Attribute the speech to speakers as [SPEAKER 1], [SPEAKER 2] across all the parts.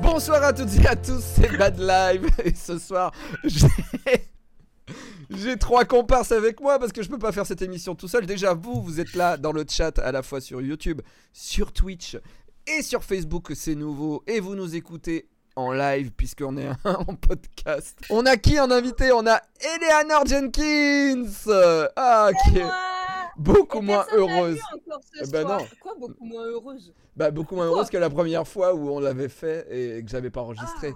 [SPEAKER 1] Bonsoir à toutes et à tous, c'est Bad Live et ce soir j'ai j'ai trois comparses avec moi parce que je peux pas faire cette émission tout seul. Déjà vous, vous êtes là dans le chat à la fois sur YouTube, sur Twitch et sur Facebook, c'est nouveau et vous nous écoutez en live puisqu'on est en podcast. On a qui en invité On a Eleanor Jenkins. Ah, qui est beaucoup
[SPEAKER 2] Et
[SPEAKER 1] moins
[SPEAKER 2] personne l'a
[SPEAKER 1] heureuse.
[SPEAKER 2] vu encore ce
[SPEAKER 1] Eh ben
[SPEAKER 2] soir.
[SPEAKER 1] non.
[SPEAKER 2] Quoi, beaucoup moins heureuse
[SPEAKER 1] Bah beaucoup moins heureuse que la première fois où on l'avait fait et que j'avais pas enregistré.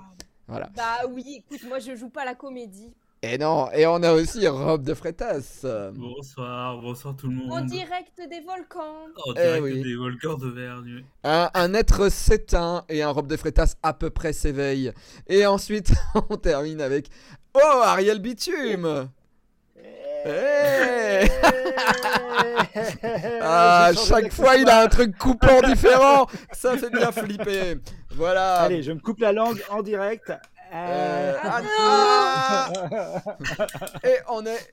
[SPEAKER 1] Voilà.
[SPEAKER 2] Bah oui, écoute, moi je joue pas la comédie.
[SPEAKER 1] Et non, et on a aussi Rob de Fretas. Euh,
[SPEAKER 3] Bonsoir, bonsoir tout le
[SPEAKER 1] Hmm.
[SPEAKER 3] monde.
[SPEAKER 2] En direct des volcans.
[SPEAKER 3] En direct
[SPEAKER 1] Eh oui.
[SPEAKER 3] des volcans de Verne.
[SPEAKER 1] Un, un être s'éteint et un Rob de Fretas à peu près s'éveille. Et ensuite, on termine avec Oh Ariel Bitume Eh.
[SPEAKER 4] Eh.
[SPEAKER 1] Hey Ah, chaque fois il a un truc coupant différent Ça fait bien flipper Voilà
[SPEAKER 4] Allez, je me coupe la langue en direct.
[SPEAKER 1] Euh,
[SPEAKER 4] Euh,
[SPEAKER 1] ah, non et on est.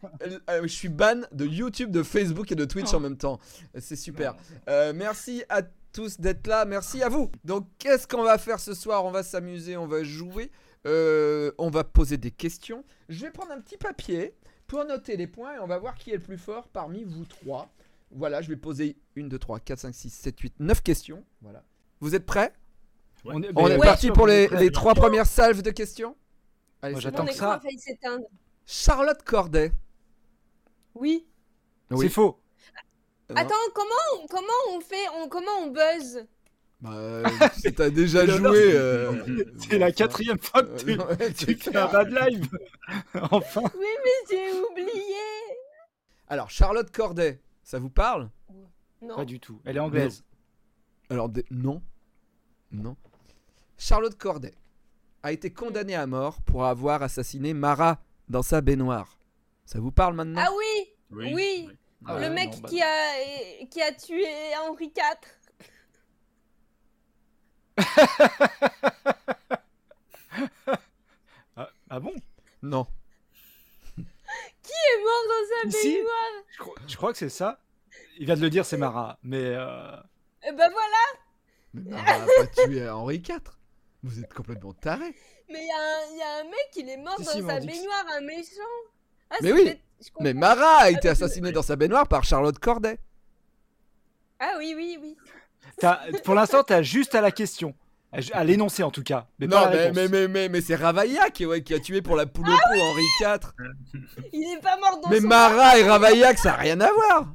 [SPEAKER 1] euh, je suis ban de YouTube, de Facebook et de Twitch en même temps. C'est super. Euh, merci à tous d'être là. Merci à vous. Donc, qu'est-ce qu'on va faire ce soir On va s'amuser, on va jouer, euh, on va poser des questions. Je vais prendre un petit papier pour noter les points et on va voir qui est le plus fort parmi vous trois. Voilà, je vais poser 1, 2, 3, 4, 5, 6, 7, 8, 9 questions. Voilà. Vous êtes prêts
[SPEAKER 4] on est,
[SPEAKER 1] On est
[SPEAKER 4] bien
[SPEAKER 1] parti
[SPEAKER 4] sûr,
[SPEAKER 1] pour
[SPEAKER 4] on est
[SPEAKER 1] les,
[SPEAKER 4] prêt.
[SPEAKER 1] les trois premières salves de questions. Allez,
[SPEAKER 4] Moi,
[SPEAKER 1] c'est
[SPEAKER 4] j'attends
[SPEAKER 2] Mon
[SPEAKER 1] parti.
[SPEAKER 4] que
[SPEAKER 2] écran
[SPEAKER 4] ça.
[SPEAKER 2] a failli s'éteindre.
[SPEAKER 1] Charlotte Corday.
[SPEAKER 2] Oui.
[SPEAKER 1] Oui.
[SPEAKER 4] C'est faux. Euh,
[SPEAKER 1] Non.
[SPEAKER 2] Attends, comment on, comment on fait on, Comment on buzz
[SPEAKER 1] Bah, euh, si t'as déjà
[SPEAKER 4] Non, non,
[SPEAKER 1] joué.
[SPEAKER 4] c'est-
[SPEAKER 1] euh,
[SPEAKER 4] C'est la quatrième fois que tu,
[SPEAKER 1] euh, ouais,
[SPEAKER 4] tu
[SPEAKER 1] c'est
[SPEAKER 4] fais
[SPEAKER 1] clair.
[SPEAKER 4] un bad live. enfin.
[SPEAKER 2] Oui, mais j'ai oublié.
[SPEAKER 1] Alors, Charlotte Corday, ça vous parle
[SPEAKER 2] Non.
[SPEAKER 4] Pas du tout. Elle est anglaise.
[SPEAKER 1] Alors, des- non. Non. Charlotte Corday a été condamnée à mort pour avoir assassiné Mara dans sa baignoire. Ça vous parle maintenant
[SPEAKER 2] Ah oui, oui.
[SPEAKER 4] Ah
[SPEAKER 2] le
[SPEAKER 4] ouais,
[SPEAKER 2] mec
[SPEAKER 4] non, bah
[SPEAKER 2] qui a eh, qui a tué Henri IV.
[SPEAKER 4] Ah, ah bon
[SPEAKER 1] Non.
[SPEAKER 2] Qui est mort dans sa
[SPEAKER 4] Si.
[SPEAKER 2] baignoire
[SPEAKER 4] je crois, je crois que c'est ça. Il vient de le dire, c'est Mara. Mais euh,
[SPEAKER 2] Eh ben voilà.
[SPEAKER 1] Mais Mara a pas tué Henri IV. Vous êtes complètement tarés.
[SPEAKER 2] Mais il y, a un- il y a un mec, il est mort
[SPEAKER 4] Si,
[SPEAKER 2] dans
[SPEAKER 4] si,
[SPEAKER 2] sa
[SPEAKER 4] Mandix.
[SPEAKER 2] baignoire, un méchant. Ah,
[SPEAKER 1] Mais
[SPEAKER 2] c'est
[SPEAKER 1] oui,
[SPEAKER 2] peut-être- je
[SPEAKER 1] Mais
[SPEAKER 2] comprends.
[SPEAKER 1] Mara a été
[SPEAKER 2] mais-
[SPEAKER 1] assassinée dans sa baignoire par Charlotte Corday.
[SPEAKER 2] Ah oui, oui, oui.
[SPEAKER 4] t'as- pour l'instant, t'as juste à la question. À, ju- à l'énoncé en tout cas. Mais
[SPEAKER 1] non,
[SPEAKER 4] pas à la
[SPEAKER 1] mais,
[SPEAKER 4] réponse.
[SPEAKER 1] mais, mais, mais, mais c'est Ravaillac ouais, qui a tué pour la poule au pot Henri IV.
[SPEAKER 2] Il est pas mort dans
[SPEAKER 1] Mais
[SPEAKER 2] son
[SPEAKER 1] Mara et Ravaillac, ça a rien à voir.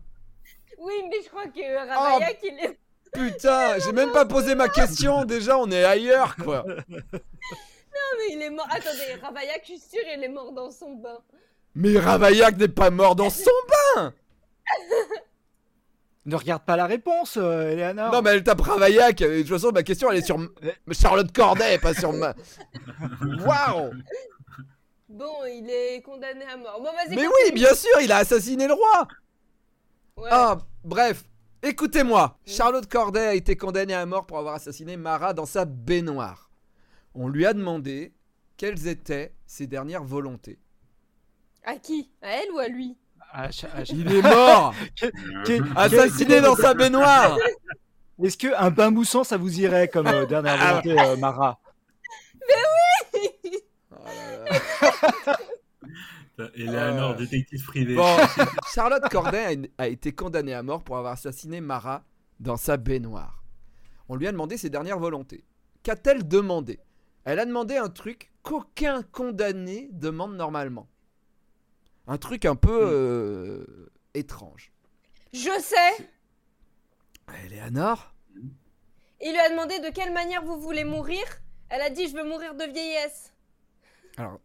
[SPEAKER 2] Oui, mais je crois que Ravaillac, il est...
[SPEAKER 1] Putain, j'ai même pas posé ma question. Déjà, on est ailleurs, quoi.
[SPEAKER 2] Non, mais il est mort... Attendez, Ravaillac, je suis sûre, il est mort dans son bain.
[SPEAKER 1] Mais Ravaillac n'est pas mort dans son
[SPEAKER 4] Ne regarde pas la réponse, euh, Eleanor.
[SPEAKER 1] Non, mais elle tape Ravaillac. euh, De toute façon, ma question, elle est sur M- Charlotte Corday, pas sur ma. Waouh
[SPEAKER 2] Bon, il est condamné à mort. Bon, vas-y,
[SPEAKER 1] Mais
[SPEAKER 2] continue.
[SPEAKER 1] oui, bien sûr, il a assassiné le roi.
[SPEAKER 2] Ouais.
[SPEAKER 1] Ah, bref. Écoutez-moi, Charlotte Corday a été condamnée à mort pour avoir assassiné Mara dans sa baignoire. On lui a demandé quelles étaient ses dernières volontés.
[SPEAKER 2] À qui À elle ou à lui
[SPEAKER 4] Ah, ch- ah, ch-
[SPEAKER 1] Il est mort,
[SPEAKER 4] Quel-
[SPEAKER 1] assassiné dans sa baignoire.
[SPEAKER 4] Est-ce que un bain moussant, ça vous irait comme euh, dernière volonté, euh, Mara
[SPEAKER 1] Oh là là.
[SPEAKER 3] Et Eleanor,
[SPEAKER 1] Euh.
[SPEAKER 3] détective privé.
[SPEAKER 1] Bon, Charlotte Corday a, une- a été condamnée à mort pour avoir assassiné Mara dans sa baignoire. On lui a demandé ses dernières volontés. Qu'a-t-elle demandé Elle a demandé un truc qu'aucun condamné demande normalement. Un truc un peu euh, étrange.
[SPEAKER 2] Je sais
[SPEAKER 1] Eleanor
[SPEAKER 2] Il lui a demandé de quelle manière vous voulez mourir. Elle a dit, je veux mourir de vieillesse.
[SPEAKER 1] Alors,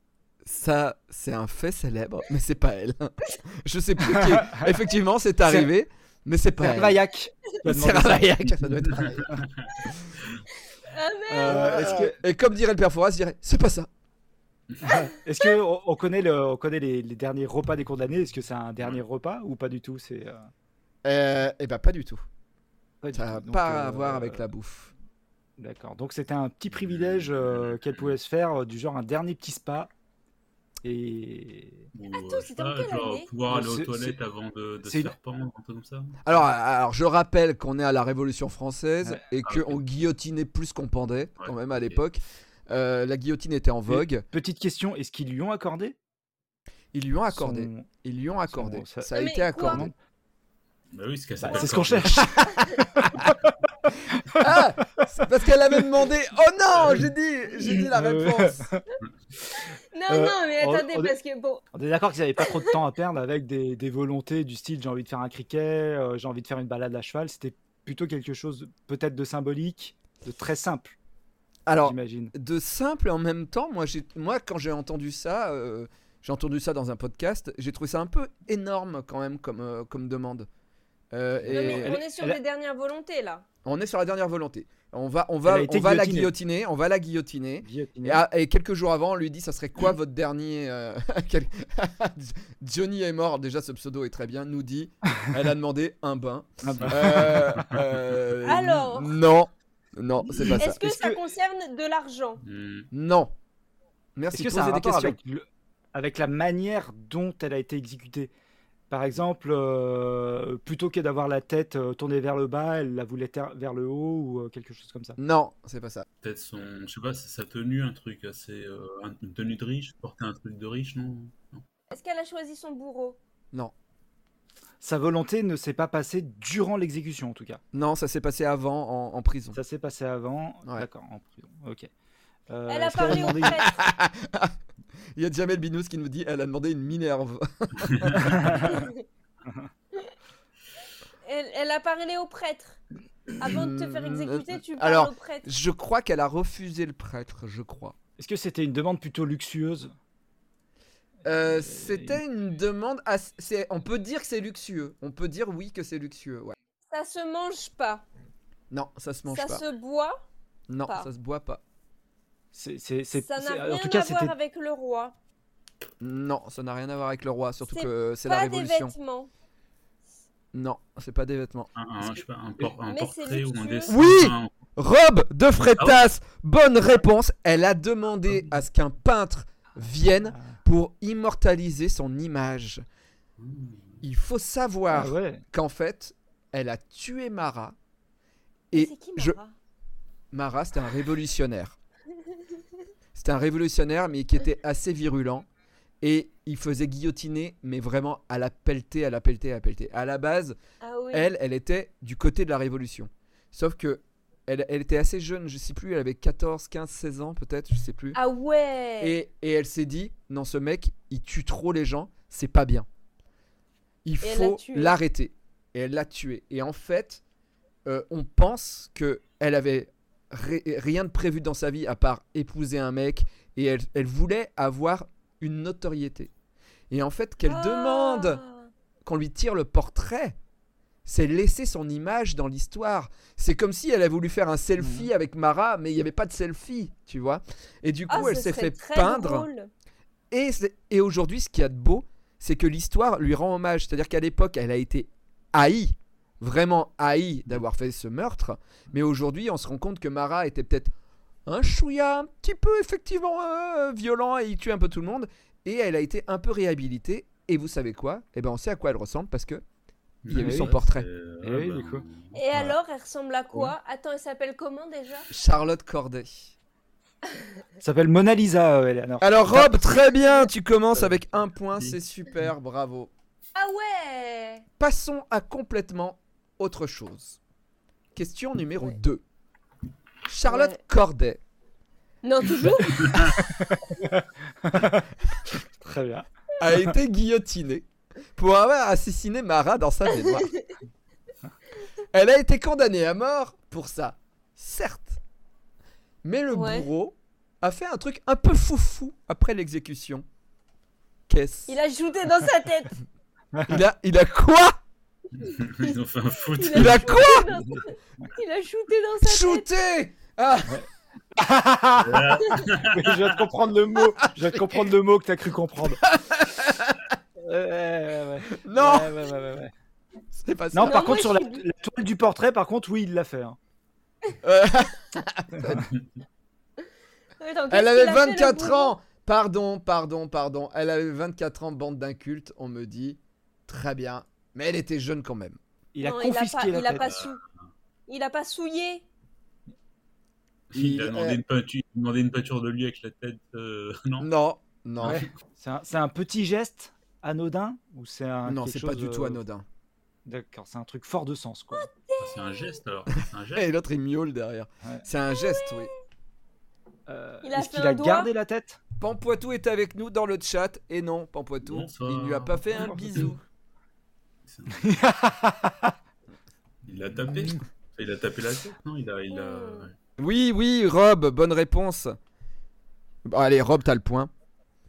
[SPEAKER 1] ça, c'est un fait célèbre, mais c'est pas elle. Je sais plus qui. est- Effectivement, c'est arrivé, mais c'est pas
[SPEAKER 4] C'est
[SPEAKER 1] elle.
[SPEAKER 4] Ravaillac.
[SPEAKER 1] C'est Ravaillac, ça doit être Ravaillac.
[SPEAKER 2] Ah merde
[SPEAKER 1] Euh, est-ce que- Et comme dirait le père Fouras, je dirais c'est pas ça.
[SPEAKER 4] Est-ce que on, on connaît, le, on connaît les, les derniers repas des condamnés Est-ce que c'est un dernier repas ou pas du tout C'est euh,
[SPEAKER 1] Euh, Eh ben, pas du tout.
[SPEAKER 4] pas du
[SPEAKER 1] Ça n'a
[SPEAKER 4] tout. Donc,
[SPEAKER 1] pas à
[SPEAKER 4] euh,
[SPEAKER 1] voir avec la bouffe.
[SPEAKER 4] D'accord. Donc c'était un petit privilège euh, qu'elle pouvait se faire, euh, du genre un dernier petit spa. Et
[SPEAKER 3] Ou, euh,
[SPEAKER 2] Attends,
[SPEAKER 3] je sais
[SPEAKER 2] c'était en
[SPEAKER 3] pas,
[SPEAKER 2] quelle
[SPEAKER 3] genre,
[SPEAKER 2] année
[SPEAKER 3] pouvoir aller aux
[SPEAKER 4] C'est-
[SPEAKER 3] toilettes
[SPEAKER 4] c'est-
[SPEAKER 3] avant de, de
[SPEAKER 4] c'est
[SPEAKER 3] se
[SPEAKER 4] une-
[SPEAKER 3] faire pendre, un truc comme ça. Bah
[SPEAKER 1] Alors, alors, je rappelle qu'on est à la Révolution française et
[SPEAKER 3] Ah,
[SPEAKER 1] qu'on
[SPEAKER 3] ok.
[SPEAKER 1] guillotinait plus qu'on pendait, quand
[SPEAKER 3] Ouais,
[SPEAKER 1] même à
[SPEAKER 3] ok.
[SPEAKER 1] l'époque. Euh, la guillotine était en vogue.
[SPEAKER 4] petite question, est-ce qu'ils lui ont accordé
[SPEAKER 1] Ils lui ont accordé.
[SPEAKER 4] Son-
[SPEAKER 1] Ils lui ont accordé.
[SPEAKER 4] ça-
[SPEAKER 1] Ça a
[SPEAKER 2] Mais
[SPEAKER 1] été
[SPEAKER 2] quoi
[SPEAKER 1] accordé.
[SPEAKER 3] Bah oui, ce qu'elle
[SPEAKER 4] Bah,
[SPEAKER 3] s'appelle
[SPEAKER 4] c'est ce qu'on
[SPEAKER 3] Corvée.
[SPEAKER 4] cherche.
[SPEAKER 1] Ah C'est Parce qu'elle avait demandé. Oh non J'ai dit, j'ai dit la
[SPEAKER 4] Euh.
[SPEAKER 1] réponse.
[SPEAKER 2] Non,
[SPEAKER 4] euh,
[SPEAKER 2] non, mais
[SPEAKER 4] on-
[SPEAKER 2] attendez,
[SPEAKER 4] on est-
[SPEAKER 2] parce que bon.
[SPEAKER 4] On est d'accord qu'ils n'avaient pas trop de temps à perdre avec des, des volontés du style j'ai envie de faire un criquet, euh, j'ai envie de faire une balade à cheval. C'était plutôt quelque chose peut-être de symbolique, de très simple,
[SPEAKER 1] Alors,
[SPEAKER 4] j'imagine.
[SPEAKER 1] de simple et en même temps, moi, j'ai, moi quand j'ai entendu ça, euh, j'ai entendu ça dans un podcast, j'ai trouvé ça un peu énorme quand même comme, euh, comme demande. Euh,
[SPEAKER 3] Ah,
[SPEAKER 2] Non,
[SPEAKER 1] et
[SPEAKER 2] mais
[SPEAKER 4] elle-
[SPEAKER 2] on est sur
[SPEAKER 4] elle a-
[SPEAKER 2] des dernières volontés là.
[SPEAKER 1] on est sur la dernière volonté. On va, on va,
[SPEAKER 4] Elle a été
[SPEAKER 1] on va la
[SPEAKER 4] guillotinée. Mm.
[SPEAKER 1] guillotiner, on va la guillotiner.
[SPEAKER 4] Guillotine.
[SPEAKER 1] Et, à- et quelques jours avant, on lui dit ça serait
[SPEAKER 4] Mm.
[SPEAKER 1] quoi votre dernier. euh, quel- Johnny est mort, déjà ce pseudo est très bien, nous dit elle a demandé un bain.
[SPEAKER 4] Ah bah.
[SPEAKER 1] Euh, euh,
[SPEAKER 2] Alors
[SPEAKER 1] Non, non, c'est pas ça.
[SPEAKER 2] Est-ce que
[SPEAKER 4] Est-ce
[SPEAKER 2] ça
[SPEAKER 4] que-
[SPEAKER 2] concerne de l'argent
[SPEAKER 3] Hmm.
[SPEAKER 1] Non. Merci
[SPEAKER 4] Est-ce
[SPEAKER 1] de
[SPEAKER 4] que ça a
[SPEAKER 1] poser
[SPEAKER 4] un
[SPEAKER 1] des
[SPEAKER 4] rapport
[SPEAKER 1] questions.
[SPEAKER 4] avec, le- avec la manière dont elle a été exécutée Par exemple, euh, plutôt que d'avoir la tête euh, tournée vers le bas, elle la voulait ter- vers le haut ou euh, quelque chose comme ça.
[SPEAKER 1] Non, c'est pas ça.
[SPEAKER 3] Peut-être son, je sais pas, c'est sa tenue, un truc assez, euh, un- une tenue de riche, porter un truc de riche, non
[SPEAKER 2] Est-ce qu'elle a choisi son bourreau
[SPEAKER 4] Sa volonté ne s'est pas passée durant l'exécution en tout cas.
[SPEAKER 1] Non, ça s'est passé avant en, en prison.
[SPEAKER 4] Ça s'est passé avant.
[SPEAKER 1] Ouais.
[SPEAKER 4] D'accord, en prison. Ok. Euh,
[SPEAKER 2] Elle a
[SPEAKER 4] est-ce qu'on
[SPEAKER 2] parlé au
[SPEAKER 4] demandait-
[SPEAKER 2] prêtre.
[SPEAKER 1] Il y a Jamel Binous qui nous dit elle a demandé une Minerve.
[SPEAKER 2] Elle, elle a parlé au prêtre. Avant de te faire exécuter, tu parles
[SPEAKER 1] Euh, Alors,
[SPEAKER 2] au prêtre.
[SPEAKER 1] je crois qu'elle a refusé le prêtre, je crois.
[SPEAKER 4] Est-ce que c'était une demande plutôt luxueuse
[SPEAKER 1] Euh, C'était une demande. assez- c'est- On peut dire que c'est luxueux. On peut dire oui que c'est luxueux. Ouais.
[SPEAKER 2] Ça se mange pas.
[SPEAKER 1] Non, ça se mange
[SPEAKER 2] ça
[SPEAKER 1] pas.
[SPEAKER 2] se boit.
[SPEAKER 1] Non,
[SPEAKER 2] pas.
[SPEAKER 1] ça se boit pas.
[SPEAKER 4] C'est- c'est- c'est-
[SPEAKER 2] ça
[SPEAKER 4] c'est-
[SPEAKER 2] n'a rien
[SPEAKER 4] En tout cas,
[SPEAKER 2] à
[SPEAKER 4] c'était
[SPEAKER 2] voir avec le roi.
[SPEAKER 1] Non, ça n'a rien à voir avec le roi, surtout
[SPEAKER 2] C'est
[SPEAKER 1] que c'est la
[SPEAKER 2] Pas des
[SPEAKER 1] révolution.
[SPEAKER 2] vêtements.
[SPEAKER 1] Non, c'est pas des vêtements.
[SPEAKER 3] Un, un- je sais pas, un, por- un
[SPEAKER 2] Mais c'est
[SPEAKER 3] portrait ou un
[SPEAKER 2] luxueux.
[SPEAKER 3] dessin
[SPEAKER 1] Oui
[SPEAKER 3] un-
[SPEAKER 1] Robe de Fretas,
[SPEAKER 4] Ah
[SPEAKER 1] bonne réponse. Elle a demandé à ce qu'un peintre
[SPEAKER 4] Ah.
[SPEAKER 1] vienne pour immortaliser son image.
[SPEAKER 3] Hmm.
[SPEAKER 1] Il faut savoir
[SPEAKER 4] Ah ouais.
[SPEAKER 1] qu'en fait, elle a tué Mara. Et
[SPEAKER 2] C'est qui
[SPEAKER 1] je-
[SPEAKER 2] Mara
[SPEAKER 1] Marat, c'était un révolutionnaire. C'était un révolutionnaire, mais qui était assez virulent. Et il faisait guillotiner, mais vraiment à la pelletée, à la pelletée, à la pelletée. À la base,
[SPEAKER 2] Ah oui.
[SPEAKER 1] elle, elle était du côté de la révolution. Sauf que elle, elle était assez jeune, je sais plus, elle avait 14, 15, 16 ans peut-être, je sais plus.
[SPEAKER 2] Ah ouais.
[SPEAKER 1] Et, et elle s'est dit, non, ce mec, il tue trop les gens, c'est pas bien. Il
[SPEAKER 2] Et elle l'a
[SPEAKER 1] faut
[SPEAKER 2] tué.
[SPEAKER 1] l'arrêter. Et elle l'a tué. Et en fait, euh, on pense que elle avait ri- rien de prévu dans sa vie à part épouser un mec. Et elle, elle voulait avoir une notoriété. Et en fait, qu'elle
[SPEAKER 2] Ah.
[SPEAKER 1] demande qu'on lui tire le portrait, c'est laisser son image dans l'histoire. C'est comme si elle avait voulu faire un selfie
[SPEAKER 2] Mhm.
[SPEAKER 1] avec Mara, mais il n'y avait pas de selfie, tu vois. Et du
[SPEAKER 2] Ah,
[SPEAKER 1] coup, elle
[SPEAKER 2] ce
[SPEAKER 1] s'est
[SPEAKER 2] serait
[SPEAKER 1] fait
[SPEAKER 2] très
[SPEAKER 1] peindre.
[SPEAKER 2] drôle.
[SPEAKER 1] Et, c'est- et aujourd'hui, ce qu'il y a de beau, c'est que l'histoire lui rend hommage. C'est-à-dire qu'à l'époque, elle a été haïe, vraiment haïe d'avoir fait ce meurtre. Mais aujourd'hui, on se rend compte que Mara était peut-être un chouïa un petit peu, effectivement, euh, violent et il tue un peu tout le monde. Et elle a été un peu réhabilitée. Et vous savez quoi Eh ben, on sait à quoi elle ressemble parce que Il y a
[SPEAKER 3] Ah
[SPEAKER 4] eu
[SPEAKER 3] oui,
[SPEAKER 1] son
[SPEAKER 3] ouais,
[SPEAKER 1] portrait.
[SPEAKER 3] c'est-
[SPEAKER 4] Eh
[SPEAKER 3] ah
[SPEAKER 4] oui,
[SPEAKER 3] bah,
[SPEAKER 4] du coup.
[SPEAKER 2] Et alors, elle ressemble à quoi Attends, elle s'appelle comment déjà
[SPEAKER 1] Charlotte Corday.
[SPEAKER 4] Ça s'appelle Mona Lisa, euh, Eleanor.
[SPEAKER 1] Alors, Rob, très bien, tu commences avec un point, c'est super, bravo.
[SPEAKER 2] Ah ouais
[SPEAKER 1] Passons à complètement autre chose. Question numéro
[SPEAKER 2] Ouais.
[SPEAKER 1] 2. Charlotte
[SPEAKER 2] Ouais.
[SPEAKER 1] Corday.
[SPEAKER 2] Non, toujours
[SPEAKER 4] Très bien.
[SPEAKER 1] a été guillotinée pour avoir assassiné Marat dans sa mémoire. Elle a été condamnée à mort pour ça, certes. Mais le
[SPEAKER 2] Ouais.
[SPEAKER 1] bourreau a fait un truc un peu foufou après l'exécution. caisse.
[SPEAKER 2] Il a shooté dans sa tête.
[SPEAKER 1] Il a, il a quoi
[SPEAKER 3] Ils ont fait un foot.
[SPEAKER 1] Il a quoi
[SPEAKER 2] shooté dans sa- Il a shooté dans sa tête.
[SPEAKER 1] Shooté Ah
[SPEAKER 3] Voilà.
[SPEAKER 4] Oui, je viens de comprendre le mot. Je viens de comprendre le mot que t'as cru comprendre. Ouais, ouais, ouais, ouais.
[SPEAKER 1] non
[SPEAKER 4] Ouais, ouais, ouais, ouais, ouais.
[SPEAKER 1] C'est pas ça.
[SPEAKER 4] Non,
[SPEAKER 2] Non,
[SPEAKER 4] par
[SPEAKER 2] moi,
[SPEAKER 4] contre, sur la,
[SPEAKER 2] je suis-
[SPEAKER 4] la toile du portrait, par contre, oui, il l'a fait. hein.
[SPEAKER 1] Euh,
[SPEAKER 2] Attends, qu'est-ce
[SPEAKER 1] elle avait
[SPEAKER 2] qu'il a fait, le
[SPEAKER 1] 24
[SPEAKER 2] bourreau
[SPEAKER 1] ans Pardon, pardon, pardon. Elle avait 24 ans, bande d'incultes, on me dit. Très bien. Mais elle était jeune quand même.
[SPEAKER 4] Il a
[SPEAKER 2] Non, il a
[SPEAKER 4] confisqué
[SPEAKER 2] pas,
[SPEAKER 4] la
[SPEAKER 2] il a
[SPEAKER 4] tête.
[SPEAKER 2] pas sou- Il a pas souillé.
[SPEAKER 3] Il a demandé
[SPEAKER 1] euh,
[SPEAKER 3] une peinture, il a demandé une peinture de lui avec la tête. euh,
[SPEAKER 2] Mmh.
[SPEAKER 3] non.
[SPEAKER 1] Non, non.
[SPEAKER 4] Ouais. C'est un, c'est un petit geste anodin ou c'est un
[SPEAKER 1] Non,
[SPEAKER 4] quelque
[SPEAKER 1] c'est pas
[SPEAKER 4] chose,
[SPEAKER 1] du tout
[SPEAKER 4] euh,
[SPEAKER 1] anodin.
[SPEAKER 4] D'accord, c'est un truc fort de sens quoi.
[SPEAKER 3] C'est un geste alors. C'est un geste.
[SPEAKER 1] Et l'autre, il miaule derrière.
[SPEAKER 4] Ouais.
[SPEAKER 1] C'est un geste, oui.
[SPEAKER 4] Euh,
[SPEAKER 2] Il a
[SPEAKER 4] Est-ce
[SPEAKER 2] fait
[SPEAKER 4] qu'il
[SPEAKER 2] un
[SPEAKER 4] a
[SPEAKER 2] doigt.
[SPEAKER 4] gardé la tête
[SPEAKER 1] Pampoitou est avec nous dans le chat. Et non, Pampoitou,
[SPEAKER 3] Bonsoir.
[SPEAKER 1] il lui a pas fait un bisou. Eh.
[SPEAKER 3] Il l'a tapé.
[SPEAKER 1] Mmh.
[SPEAKER 3] Il a tapé la tête. Non, il a, il a.
[SPEAKER 1] Oui, oui, Rob, bonne réponse. Bon, allez, Rob, t'as le point.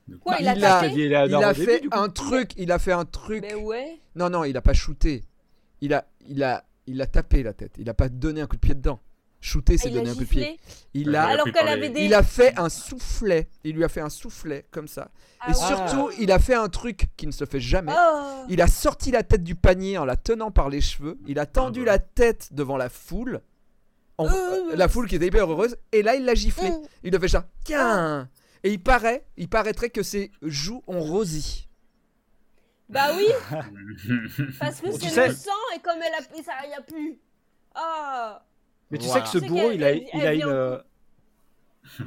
[SPEAKER 4] Bah,
[SPEAKER 2] Quoi, il a
[SPEAKER 1] Il a-
[SPEAKER 2] tapé
[SPEAKER 4] est à
[SPEAKER 1] Il
[SPEAKER 4] Nord
[SPEAKER 1] a
[SPEAKER 4] Ah, au début,
[SPEAKER 1] fait
[SPEAKER 4] du coup.
[SPEAKER 1] un truc, il a fait un truc.
[SPEAKER 2] Mais ouais.
[SPEAKER 1] Non, non, il a pas shooté. Il a, il a, il a tapé la tête. Il a pas donné un coup de pied dedans. Shooter,
[SPEAKER 2] Ah,
[SPEAKER 1] c'est
[SPEAKER 2] il
[SPEAKER 1] donner
[SPEAKER 2] a
[SPEAKER 1] un coup de pied.
[SPEAKER 2] giflé.
[SPEAKER 1] Il
[SPEAKER 3] Ouais,
[SPEAKER 1] a,
[SPEAKER 2] Alors
[SPEAKER 3] pris
[SPEAKER 2] qu'elle
[SPEAKER 3] par
[SPEAKER 2] avait
[SPEAKER 3] les-
[SPEAKER 2] des.
[SPEAKER 1] il a fait un soufflet. Il lui a fait un soufflet comme ça.
[SPEAKER 2] Ah
[SPEAKER 1] Et
[SPEAKER 2] ouais.
[SPEAKER 1] surtout, il a fait un truc qui ne se fait jamais.
[SPEAKER 2] Oh.
[SPEAKER 1] Il a sorti la tête du panier en la tenant par les cheveux. Il a tendu
[SPEAKER 3] ouais.
[SPEAKER 1] la tête devant la foule. En-
[SPEAKER 2] Euh,
[SPEAKER 1] euh, la foule qui était hyper heureuse. Et là, il l'a giflé.
[SPEAKER 2] Mm.
[SPEAKER 1] Il a fait ça.
[SPEAKER 2] Ah.
[SPEAKER 1] Tiens Et il paraît, il paraîtrait que ses joues ont rosi.
[SPEAKER 2] Bah oui,
[SPEAKER 1] Mmh.
[SPEAKER 2] parce que
[SPEAKER 4] Bon, tu
[SPEAKER 2] c'est
[SPEAKER 4] sais-
[SPEAKER 2] le sang et comme elle a ça y a plus. Ah.
[SPEAKER 4] Mais tu
[SPEAKER 1] Voilà.
[SPEAKER 4] sais que ce
[SPEAKER 2] C'est
[SPEAKER 4] bourreau,
[SPEAKER 2] qu'elle-
[SPEAKER 4] il a,
[SPEAKER 2] elle-
[SPEAKER 4] il
[SPEAKER 2] elle
[SPEAKER 4] a
[SPEAKER 2] vient
[SPEAKER 4] une. euh,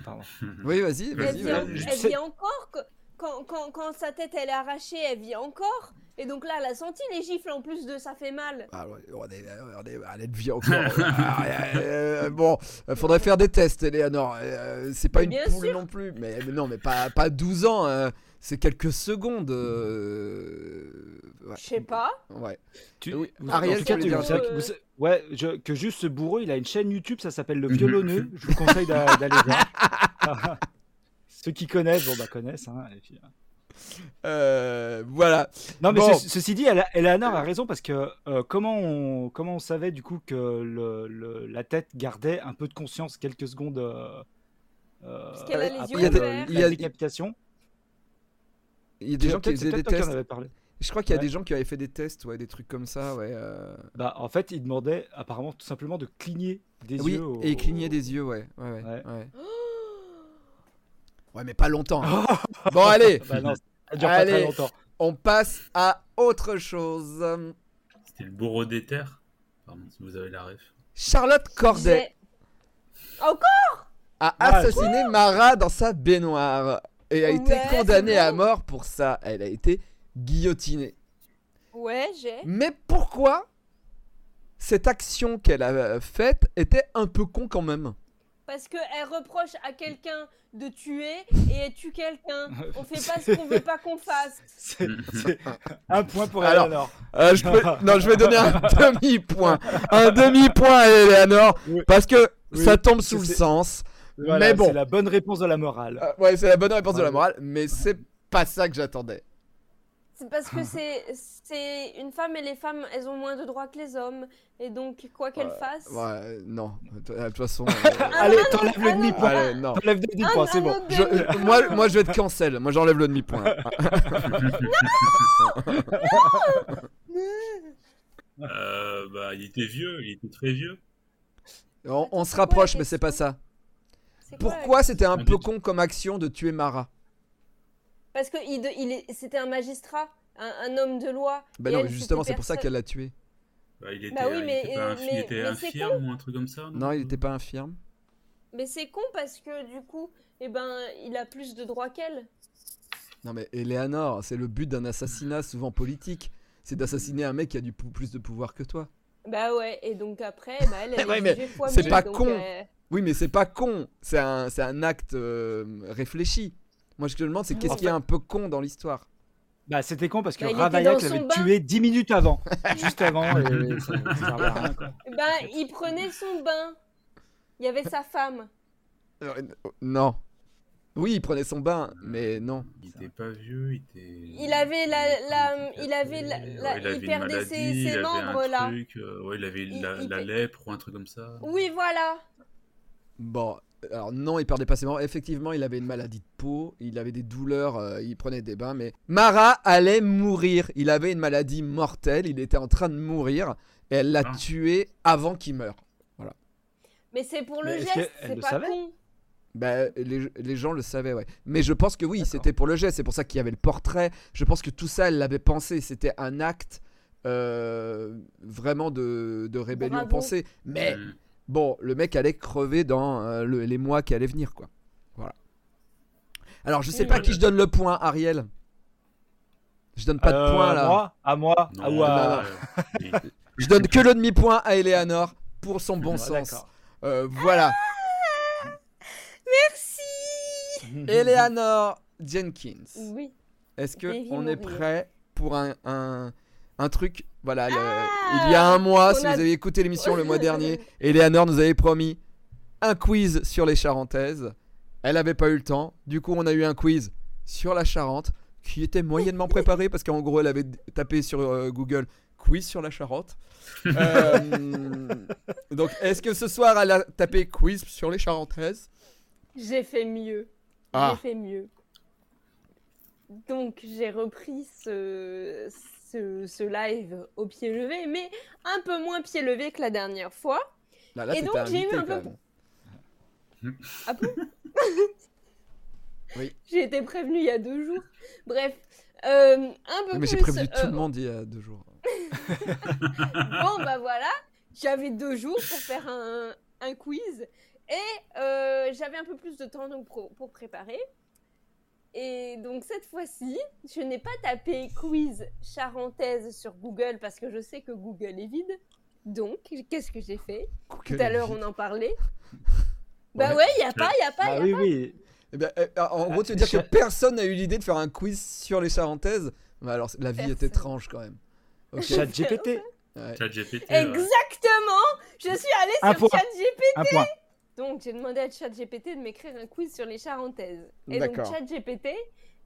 [SPEAKER 4] Pardon.
[SPEAKER 1] Oui, vas-y,
[SPEAKER 2] Elle
[SPEAKER 1] vas-y.
[SPEAKER 2] vit, en-
[SPEAKER 1] vas-y.
[SPEAKER 4] je
[SPEAKER 2] elle
[SPEAKER 4] sais-
[SPEAKER 2] vit encore que- quand, quand, quand sa tête elle est arrachée, elle vit encore. Et donc là, elle a senti les gifles en plus de ça fait mal.
[SPEAKER 1] Ah ouais, on est, on est, elle est bien encore. Ah, euh, bon, euh, faudrait faire des tests, Eleanor. Euh, c'est pas
[SPEAKER 2] Mais
[SPEAKER 1] une
[SPEAKER 2] bien
[SPEAKER 1] poule
[SPEAKER 2] sûr.
[SPEAKER 1] non plus. Mais, mais non, mais pas, pas 12 ans. euh, c'est quelques secondes. euh, ouais.
[SPEAKER 2] Je sais pas.
[SPEAKER 1] Ouais.
[SPEAKER 4] Tu...
[SPEAKER 1] Ah Oui,
[SPEAKER 4] vous-
[SPEAKER 1] Ariel,
[SPEAKER 4] en tout cas,
[SPEAKER 1] tu
[SPEAKER 4] tu-
[SPEAKER 1] voulais dire
[SPEAKER 2] un
[SPEAKER 4] vous-
[SPEAKER 2] truc
[SPEAKER 4] vous- Ouais, je- que juste ce bourreau, il a une chaîne YouTube, ça s'appelle Le
[SPEAKER 1] Mhm.
[SPEAKER 4] Violonneux. je vous conseille d'a- d'aller voir. Ceux qui connaissent, bon bah connaissent. hein, et puis, euh.
[SPEAKER 1] Euh, voilà.
[SPEAKER 4] Non mais
[SPEAKER 1] Bon.
[SPEAKER 4] ce- ceci dit, Ela- Eleanor a raison parce que euh, comment, on, comment on savait du coup que le, le- la tête gardait un peu de conscience quelques secondes euh, euh,
[SPEAKER 2] Parce qu'elle
[SPEAKER 1] a
[SPEAKER 2] les
[SPEAKER 4] après
[SPEAKER 2] yeux
[SPEAKER 4] le-
[SPEAKER 2] ouverts.
[SPEAKER 1] Il y a-
[SPEAKER 4] la décapitation
[SPEAKER 1] Il y a des gens qui
[SPEAKER 4] Peut-être- c'est
[SPEAKER 1] faisaient des
[SPEAKER 4] peut-être toi qui en
[SPEAKER 1] tests.
[SPEAKER 4] avais parlé.
[SPEAKER 1] Je crois qu'il y a
[SPEAKER 4] Ouais.
[SPEAKER 1] des gens qui avaient fait des tests, ouais, des trucs comme ça, ouais. euh.
[SPEAKER 4] Bah, en fait, il demandait apparemment tout simplement de cligner des
[SPEAKER 1] Oui,
[SPEAKER 4] yeux. au-
[SPEAKER 1] et cligner des yeux, ouais. Ouais, ouais,
[SPEAKER 4] Ouais.
[SPEAKER 1] ouais.
[SPEAKER 2] Oh.
[SPEAKER 1] Ouais, mais pas longtemps. hein. bon, allez,
[SPEAKER 4] Bah non, ça dure pas
[SPEAKER 1] Allez.
[SPEAKER 4] très longtemps.
[SPEAKER 1] on passe à autre chose.
[SPEAKER 3] C'était le bourreau des terres. Pardon, si vous avez la ref.
[SPEAKER 1] Charlotte Corday.
[SPEAKER 2] J'ai-
[SPEAKER 1] a
[SPEAKER 4] Ah,
[SPEAKER 1] assassiné Mara dans sa baignoire et a été
[SPEAKER 2] Ouais, c'est
[SPEAKER 1] condamnée
[SPEAKER 2] bon.
[SPEAKER 1] à mort pour ça. Elle a été guillotinée.
[SPEAKER 2] Ouais, j'ai.
[SPEAKER 1] Mais pourquoi cette action qu'elle a euh, faite était un peu con quand même
[SPEAKER 2] Parce qu'elle reproche à quelqu'un de tuer et elle tue quelqu'un. On fait pas ce qu'on veut pas qu'on fasse.
[SPEAKER 4] C'est
[SPEAKER 2] Mm.
[SPEAKER 4] c'est un point pour
[SPEAKER 1] Alors,
[SPEAKER 4] Eleanor.
[SPEAKER 1] Euh, je peux- Non, je vais donner un demi-point. Un demi-point à Eleanor
[SPEAKER 4] Oui.
[SPEAKER 1] parce que
[SPEAKER 4] Oui,
[SPEAKER 1] ça tombe sous le
[SPEAKER 4] c'est-
[SPEAKER 1] sens.
[SPEAKER 4] Voilà,
[SPEAKER 1] mais bon.
[SPEAKER 4] C'est la bonne réponse de la morale.
[SPEAKER 1] Euh, ouais, c'est la bonne réponse de la
[SPEAKER 4] Ouais.
[SPEAKER 1] morale, mais c'est pas ça que j'attendais.
[SPEAKER 2] C'est parce que c'est c'est une femme et les femmes, elles ont moins de droits que les hommes. Et donc, quoi qu'elles fassent.
[SPEAKER 1] Ouais, euh, non, de toute façon. euh,
[SPEAKER 2] Ah,
[SPEAKER 4] Allez,
[SPEAKER 2] non,
[SPEAKER 4] t'enlèves le
[SPEAKER 2] ah, non.
[SPEAKER 4] demi-point.
[SPEAKER 1] Allez, non.
[SPEAKER 4] T'enlèves le
[SPEAKER 2] Un-
[SPEAKER 4] demi-point, c'est
[SPEAKER 2] un
[SPEAKER 4] bon.
[SPEAKER 2] autre
[SPEAKER 1] Je-
[SPEAKER 2] demi-
[SPEAKER 1] euh, moi, moi, je vais être cancel. Moi, j'enlève le demi-point.
[SPEAKER 3] Euh, bah, il était vieux, il était très vieux.
[SPEAKER 1] On, on se
[SPEAKER 2] Pourquoi
[SPEAKER 1] rapproche,
[SPEAKER 2] la
[SPEAKER 1] mais c'est pas ça.
[SPEAKER 2] C'est quoi,
[SPEAKER 1] Pourquoi c'était un
[SPEAKER 3] Pas
[SPEAKER 1] peu
[SPEAKER 3] du
[SPEAKER 1] con comme action de tuer Mara
[SPEAKER 2] Parce que il, de- il est- c'était un magistrat, un, un homme de loi.
[SPEAKER 1] Ben
[SPEAKER 2] et
[SPEAKER 1] non,
[SPEAKER 2] elle,
[SPEAKER 1] mais justement,
[SPEAKER 2] c'était
[SPEAKER 1] c'est pour ça
[SPEAKER 2] personne.
[SPEAKER 1] qu'elle l'a tué.
[SPEAKER 3] Bah, il était,
[SPEAKER 2] Bah oui,
[SPEAKER 3] il
[SPEAKER 2] mais-
[SPEAKER 3] était pas
[SPEAKER 2] euh,
[SPEAKER 3] infi- il
[SPEAKER 2] mais-
[SPEAKER 3] était
[SPEAKER 2] mais c'est
[SPEAKER 3] infirme ou un truc comme ça.
[SPEAKER 1] Non, il était pas infirme.
[SPEAKER 2] Mais c'est con parce que du coup, eh ben, il a plus de droits qu'elle.
[SPEAKER 1] Non, mais Eleanor, c'est le but d'un assassinat souvent politique. C'est d'assassiner un mec qui a du pou- plus de pouvoir que toi.
[SPEAKER 2] Bah ouais, et donc après, bah elle, elle
[SPEAKER 1] Ouais,
[SPEAKER 2] est
[SPEAKER 1] mais
[SPEAKER 2] jugée fois
[SPEAKER 1] c'est
[SPEAKER 2] mille,
[SPEAKER 1] pas
[SPEAKER 2] donc,
[SPEAKER 1] con.
[SPEAKER 2] euh,
[SPEAKER 1] Oui, mais c'est pas con. C'est un, c'est un acte euh, réfléchi. Moi, ce que je me demande, c'est
[SPEAKER 2] Mm.
[SPEAKER 1] qu'est-ce qui est un peu con dans l'histoire
[SPEAKER 4] Bah, c'était con parce que
[SPEAKER 2] Bah, il était
[SPEAKER 4] Ravaillac
[SPEAKER 2] dans son
[SPEAKER 4] l'avait
[SPEAKER 2] bain.
[SPEAKER 4] tué 10 minutes avant. Juste avant, et ça, ça servait à rien, quoi.
[SPEAKER 2] bah, il prenait son bain. Il y avait sa femme.
[SPEAKER 1] Euh, Non. Oui, il prenait son bain, mais non.
[SPEAKER 3] Il était pas vieux, il était.
[SPEAKER 2] Il avait la- la-
[SPEAKER 3] était
[SPEAKER 2] il avait la-
[SPEAKER 3] handicapé,
[SPEAKER 2] la-
[SPEAKER 3] ouais, il
[SPEAKER 2] il
[SPEAKER 3] avait une
[SPEAKER 2] perdait
[SPEAKER 3] maladie,
[SPEAKER 2] ses- ses
[SPEAKER 3] il avait
[SPEAKER 2] membres,
[SPEAKER 3] un
[SPEAKER 2] là.
[SPEAKER 3] Truc, euh, ouais, il avait
[SPEAKER 2] Il-
[SPEAKER 3] la,
[SPEAKER 2] il
[SPEAKER 3] la
[SPEAKER 2] fait-
[SPEAKER 3] lèpre ou un truc comme ça.
[SPEAKER 2] Oui, voilà.
[SPEAKER 1] Bon, alors non, il perdait pas ses membres. Effectivement, il avait une maladie de peau, il avait des douleurs, euh, il prenait des bains, mais Mara allait mourir. Il avait une maladie mortelle, il était en train de mourir, et elle l'a
[SPEAKER 3] Ah.
[SPEAKER 1] tué avant qu'il meure.
[SPEAKER 2] Mais c'est pour le
[SPEAKER 4] Mais est-ce
[SPEAKER 2] geste,
[SPEAKER 4] qu'elle
[SPEAKER 2] c'est
[SPEAKER 4] le
[SPEAKER 2] pas
[SPEAKER 4] savait
[SPEAKER 2] con.
[SPEAKER 1] Ben, les, les gens le savaient, ouais. Mais je pense que oui,
[SPEAKER 4] D'accord.
[SPEAKER 1] c'était pour le geste, c'est pour ça qu'il y avait le portrait. Je pense que tout ça, elle l'avait pensé, c'était un acte euh, vraiment de, de rébellion
[SPEAKER 2] Bravo.
[SPEAKER 1] pensée. Mais
[SPEAKER 3] Mm.
[SPEAKER 1] Bon, le mec allait crever dans euh, le- les mois qui allaient venir, quoi. Voilà. Alors, je sais
[SPEAKER 2] Oui.
[SPEAKER 1] pas à qui je donne le point, Ariel. Je donne pas de
[SPEAKER 4] Euh,
[SPEAKER 1] point
[SPEAKER 4] à
[SPEAKER 1] là.
[SPEAKER 4] moi, à moi,
[SPEAKER 3] Non,
[SPEAKER 4] à moi.
[SPEAKER 3] ouais, ouais.
[SPEAKER 1] Je donne que le demi-point à Eleanor pour son bon
[SPEAKER 4] Ah,
[SPEAKER 1] sens.
[SPEAKER 4] d'accord.
[SPEAKER 1] Euh, voilà.
[SPEAKER 2] Merci.
[SPEAKER 1] Eleanor Jenkins.
[SPEAKER 2] Ah. Oui.
[SPEAKER 1] Est-ce que
[SPEAKER 2] Vivi
[SPEAKER 1] on est
[SPEAKER 2] Morillo.
[SPEAKER 1] prêt pour un, un, un truc Voilà, le-
[SPEAKER 2] Ah
[SPEAKER 1] il y a un mois,
[SPEAKER 2] On
[SPEAKER 1] si
[SPEAKER 2] a-
[SPEAKER 1] vous avez écouté l'émission le mois dernier, Eleanor nous avait promis un quiz sur les Charentaises. Elle n'avait pas eu le temps. Du coup, on a eu un quiz sur la Charente qui était moyennement préparé parce qu'en gros, elle avait d- tapé sur euh, Google quiz sur la Charente. Euh, donc, est-ce que ce soir, elle a tapé quiz sur les Charentaises
[SPEAKER 2] J'ai fait mieux.
[SPEAKER 1] Ah.
[SPEAKER 2] J'ai fait mieux. Donc j'ai repris ce, ce, ce live au pied levé, mais un peu moins pied levé que la dernière fois.
[SPEAKER 1] Là, là,
[SPEAKER 2] Et
[SPEAKER 1] t'étais
[SPEAKER 2] donc, j'ai eu
[SPEAKER 1] invitée,
[SPEAKER 2] un peu-
[SPEAKER 1] quand même.
[SPEAKER 2] J'ai été prévenue il y a deux jours. Bref, euh, un peu
[SPEAKER 1] Mais
[SPEAKER 2] plus.
[SPEAKER 1] j'ai prévenu tout
[SPEAKER 2] euh,
[SPEAKER 1] le monde il y a deux jours.
[SPEAKER 2] Bon, bah voilà, j'avais deux jours pour faire un, un quiz et euh, j'avais un peu plus de temps donc, pour, pour préparer. Et donc cette fois-ci, je n'ai pas tapé quiz charentaise sur Google parce que je sais que Google est vide. Donc, qu'est-ce que j'ai fait Tout à l'heure, on en parlait. Bah
[SPEAKER 1] Ouais.
[SPEAKER 2] ouais, y a pas, y a pas, y
[SPEAKER 4] Ah
[SPEAKER 2] a
[SPEAKER 4] oui, oui.
[SPEAKER 1] Eh bien, euh, en gros,
[SPEAKER 4] Ah,
[SPEAKER 1] tu veux dire que
[SPEAKER 4] je-
[SPEAKER 1] personne n'a eu l'idée de faire un quiz sur les Charentaises Bah alors, la vie est
[SPEAKER 2] Personne.
[SPEAKER 1] étrange quand même. Ok.
[SPEAKER 4] Chat GPT,
[SPEAKER 1] Ouais.
[SPEAKER 3] ChatGPT, ouais.
[SPEAKER 2] Exactement Je suis allée
[SPEAKER 4] Un
[SPEAKER 2] sur
[SPEAKER 4] point.
[SPEAKER 2] ChatGPT
[SPEAKER 4] un point.
[SPEAKER 2] Donc j'ai demandé à ChatGPT de m'écrire un quiz sur les Charentaises. Et donc
[SPEAKER 1] D'accord.
[SPEAKER 2] ChatGPT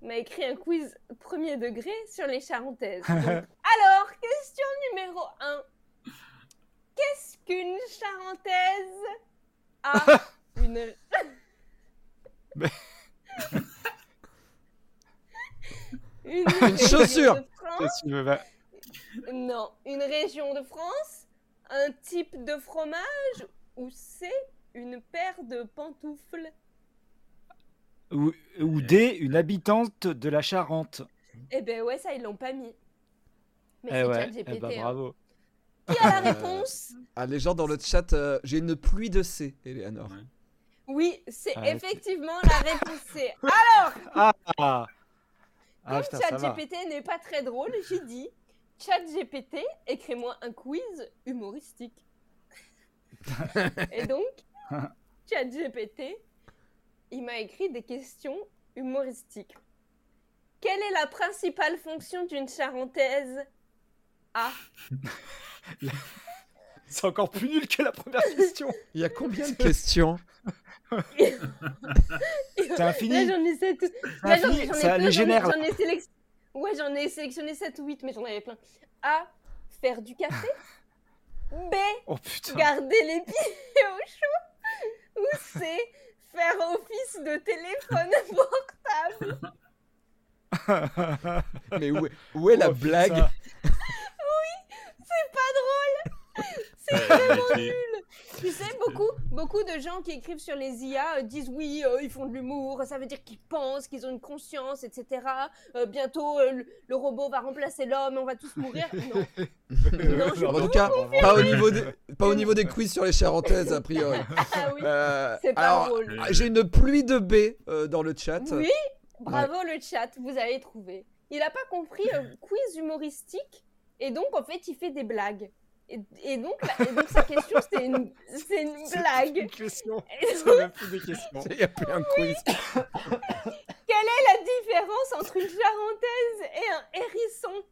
[SPEAKER 2] m'a écrit un quiz premier degré sur les Charentaises. Donc, alors, question numéro 1. Qu'est-ce qu'une Charentaise a une...
[SPEAKER 4] Mais-
[SPEAKER 2] Une,
[SPEAKER 1] Une chaussure.
[SPEAKER 2] de France
[SPEAKER 4] Si tu veux, bah,
[SPEAKER 2] non, une région de France, un type de fromage ou c'est une paire de pantoufles
[SPEAKER 4] Ou, ou D, une habitante de la Charente.
[SPEAKER 2] Eh ben ouais, ça ils l'ont pas mis. Mais
[SPEAKER 4] eh
[SPEAKER 2] c'est
[SPEAKER 4] ouais,
[SPEAKER 2] ChatGPT,
[SPEAKER 4] eh bah,
[SPEAKER 2] hein.
[SPEAKER 4] bravo.
[SPEAKER 2] Qui a
[SPEAKER 1] Euh,
[SPEAKER 2] la réponse
[SPEAKER 1] Ah, les gens dans le chat, euh, j'ai une pluie de C, Eleanor.
[SPEAKER 3] Ouais.
[SPEAKER 2] Oui, c'est
[SPEAKER 4] Ah, ok.
[SPEAKER 2] effectivement la réponse C. Ah,
[SPEAKER 4] Ah, ah
[SPEAKER 2] Comme
[SPEAKER 4] putain, ça va.
[SPEAKER 2] ChatGPT n'est pas très drôle, j'ai dit ChatGPT, écris-moi un quiz humoristique. Et donc, ChatGPT, il m'a écrit des questions humoristiques. Quelle est la principale fonction d'une charentaise A.
[SPEAKER 4] C'est encore plus nul que la première question.
[SPEAKER 1] Il y a combien de questions
[SPEAKER 4] C'est infini.
[SPEAKER 2] Là, j'en ai sept.
[SPEAKER 4] C'est
[SPEAKER 2] Là, j'en-
[SPEAKER 4] infini,
[SPEAKER 2] j'en ai
[SPEAKER 4] c'est un
[SPEAKER 2] plein,
[SPEAKER 4] légionnaire.
[SPEAKER 2] J'en ai, j'en ai sélec- Ouais, j'en ai sélectionné 7 ou 8, mais j'en avais plein. A. Faire du café. B.
[SPEAKER 4] Oh putain.
[SPEAKER 2] Garder les pieds au chaud. Ou C. Faire office de téléphone portable.
[SPEAKER 1] Mais où est, où est la
[SPEAKER 4] Oh, putain.
[SPEAKER 1] blague
[SPEAKER 3] Ouais, mais j'ai-
[SPEAKER 2] Tu sais, beaucoup, beaucoup de gens qui écrivent sur les IA euh, disent oui, euh, ils font de l'humour, ça veut dire qu'ils pensent, qu'ils ont une conscience, etc. Euh, bientôt, euh, le, le robot va remplacer l'homme, on va tous mourir. Non. Non, je
[SPEAKER 1] En
[SPEAKER 4] vous
[SPEAKER 1] tout cas,
[SPEAKER 4] confirme.
[SPEAKER 1] pas au, niveau des, pas au niveau des quiz sur les Charentaises, a priori.
[SPEAKER 2] Ah oui,
[SPEAKER 1] Euh,
[SPEAKER 2] c'est pas
[SPEAKER 1] alors,
[SPEAKER 2] drôle.
[SPEAKER 1] ah, j'ai une pluie de B euh, dans le chat.
[SPEAKER 2] Oui, bravo le chat, vous avez trouvé. Il n'a pas compris euh, quiz humoristique et donc en fait il fait des blagues. Et, et donc, la- et donc, sa question c'est une, c'est une
[SPEAKER 4] C'est
[SPEAKER 2] blague.
[SPEAKER 4] une question.
[SPEAKER 2] Et
[SPEAKER 4] C'est
[SPEAKER 2] donc,
[SPEAKER 4] même plus des questions.
[SPEAKER 1] Il y a plus un quiz.
[SPEAKER 2] la différence entre une charentaise et un hérisson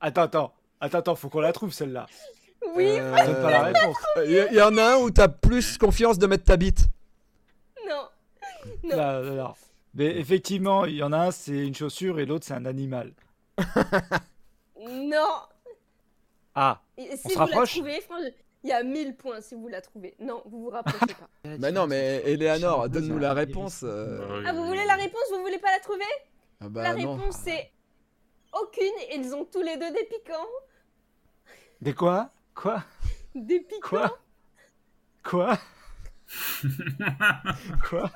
[SPEAKER 4] Attends, attends. Attends, attends, faut qu'on la trouve celle-là.
[SPEAKER 2] Oui,
[SPEAKER 1] Euh,
[SPEAKER 4] Ça donne pas la réponse.
[SPEAKER 1] Il y, il y en a un où t'as plus confiance de mettre ta bite.
[SPEAKER 2] non. Non.
[SPEAKER 4] Là, là, là. Mais effectivement, il y en a un, c'est une chaussure et l'autre, c'est un animal.
[SPEAKER 2] Non.
[SPEAKER 4] Ah,
[SPEAKER 2] Et si
[SPEAKER 4] se
[SPEAKER 2] vous la
[SPEAKER 4] rapproche
[SPEAKER 2] trouvez, Fran- il y a 1000 points si vous la trouvez. Non, vous vous rapprochez pas.
[SPEAKER 1] Bah non, mais Eleanor, donne-nous la réponse. euh.
[SPEAKER 3] Bah,
[SPEAKER 2] Ah, vous
[SPEAKER 3] oui.
[SPEAKER 2] voulez la réponse Vous voulez pas la trouver
[SPEAKER 1] Ah
[SPEAKER 2] La
[SPEAKER 1] bah non.
[SPEAKER 2] réponse c'est aucune. Ils ont tous les deux des piquants.
[SPEAKER 4] Des quoi Quoi
[SPEAKER 2] Des piquants.
[SPEAKER 4] Quoi Quoi Quoi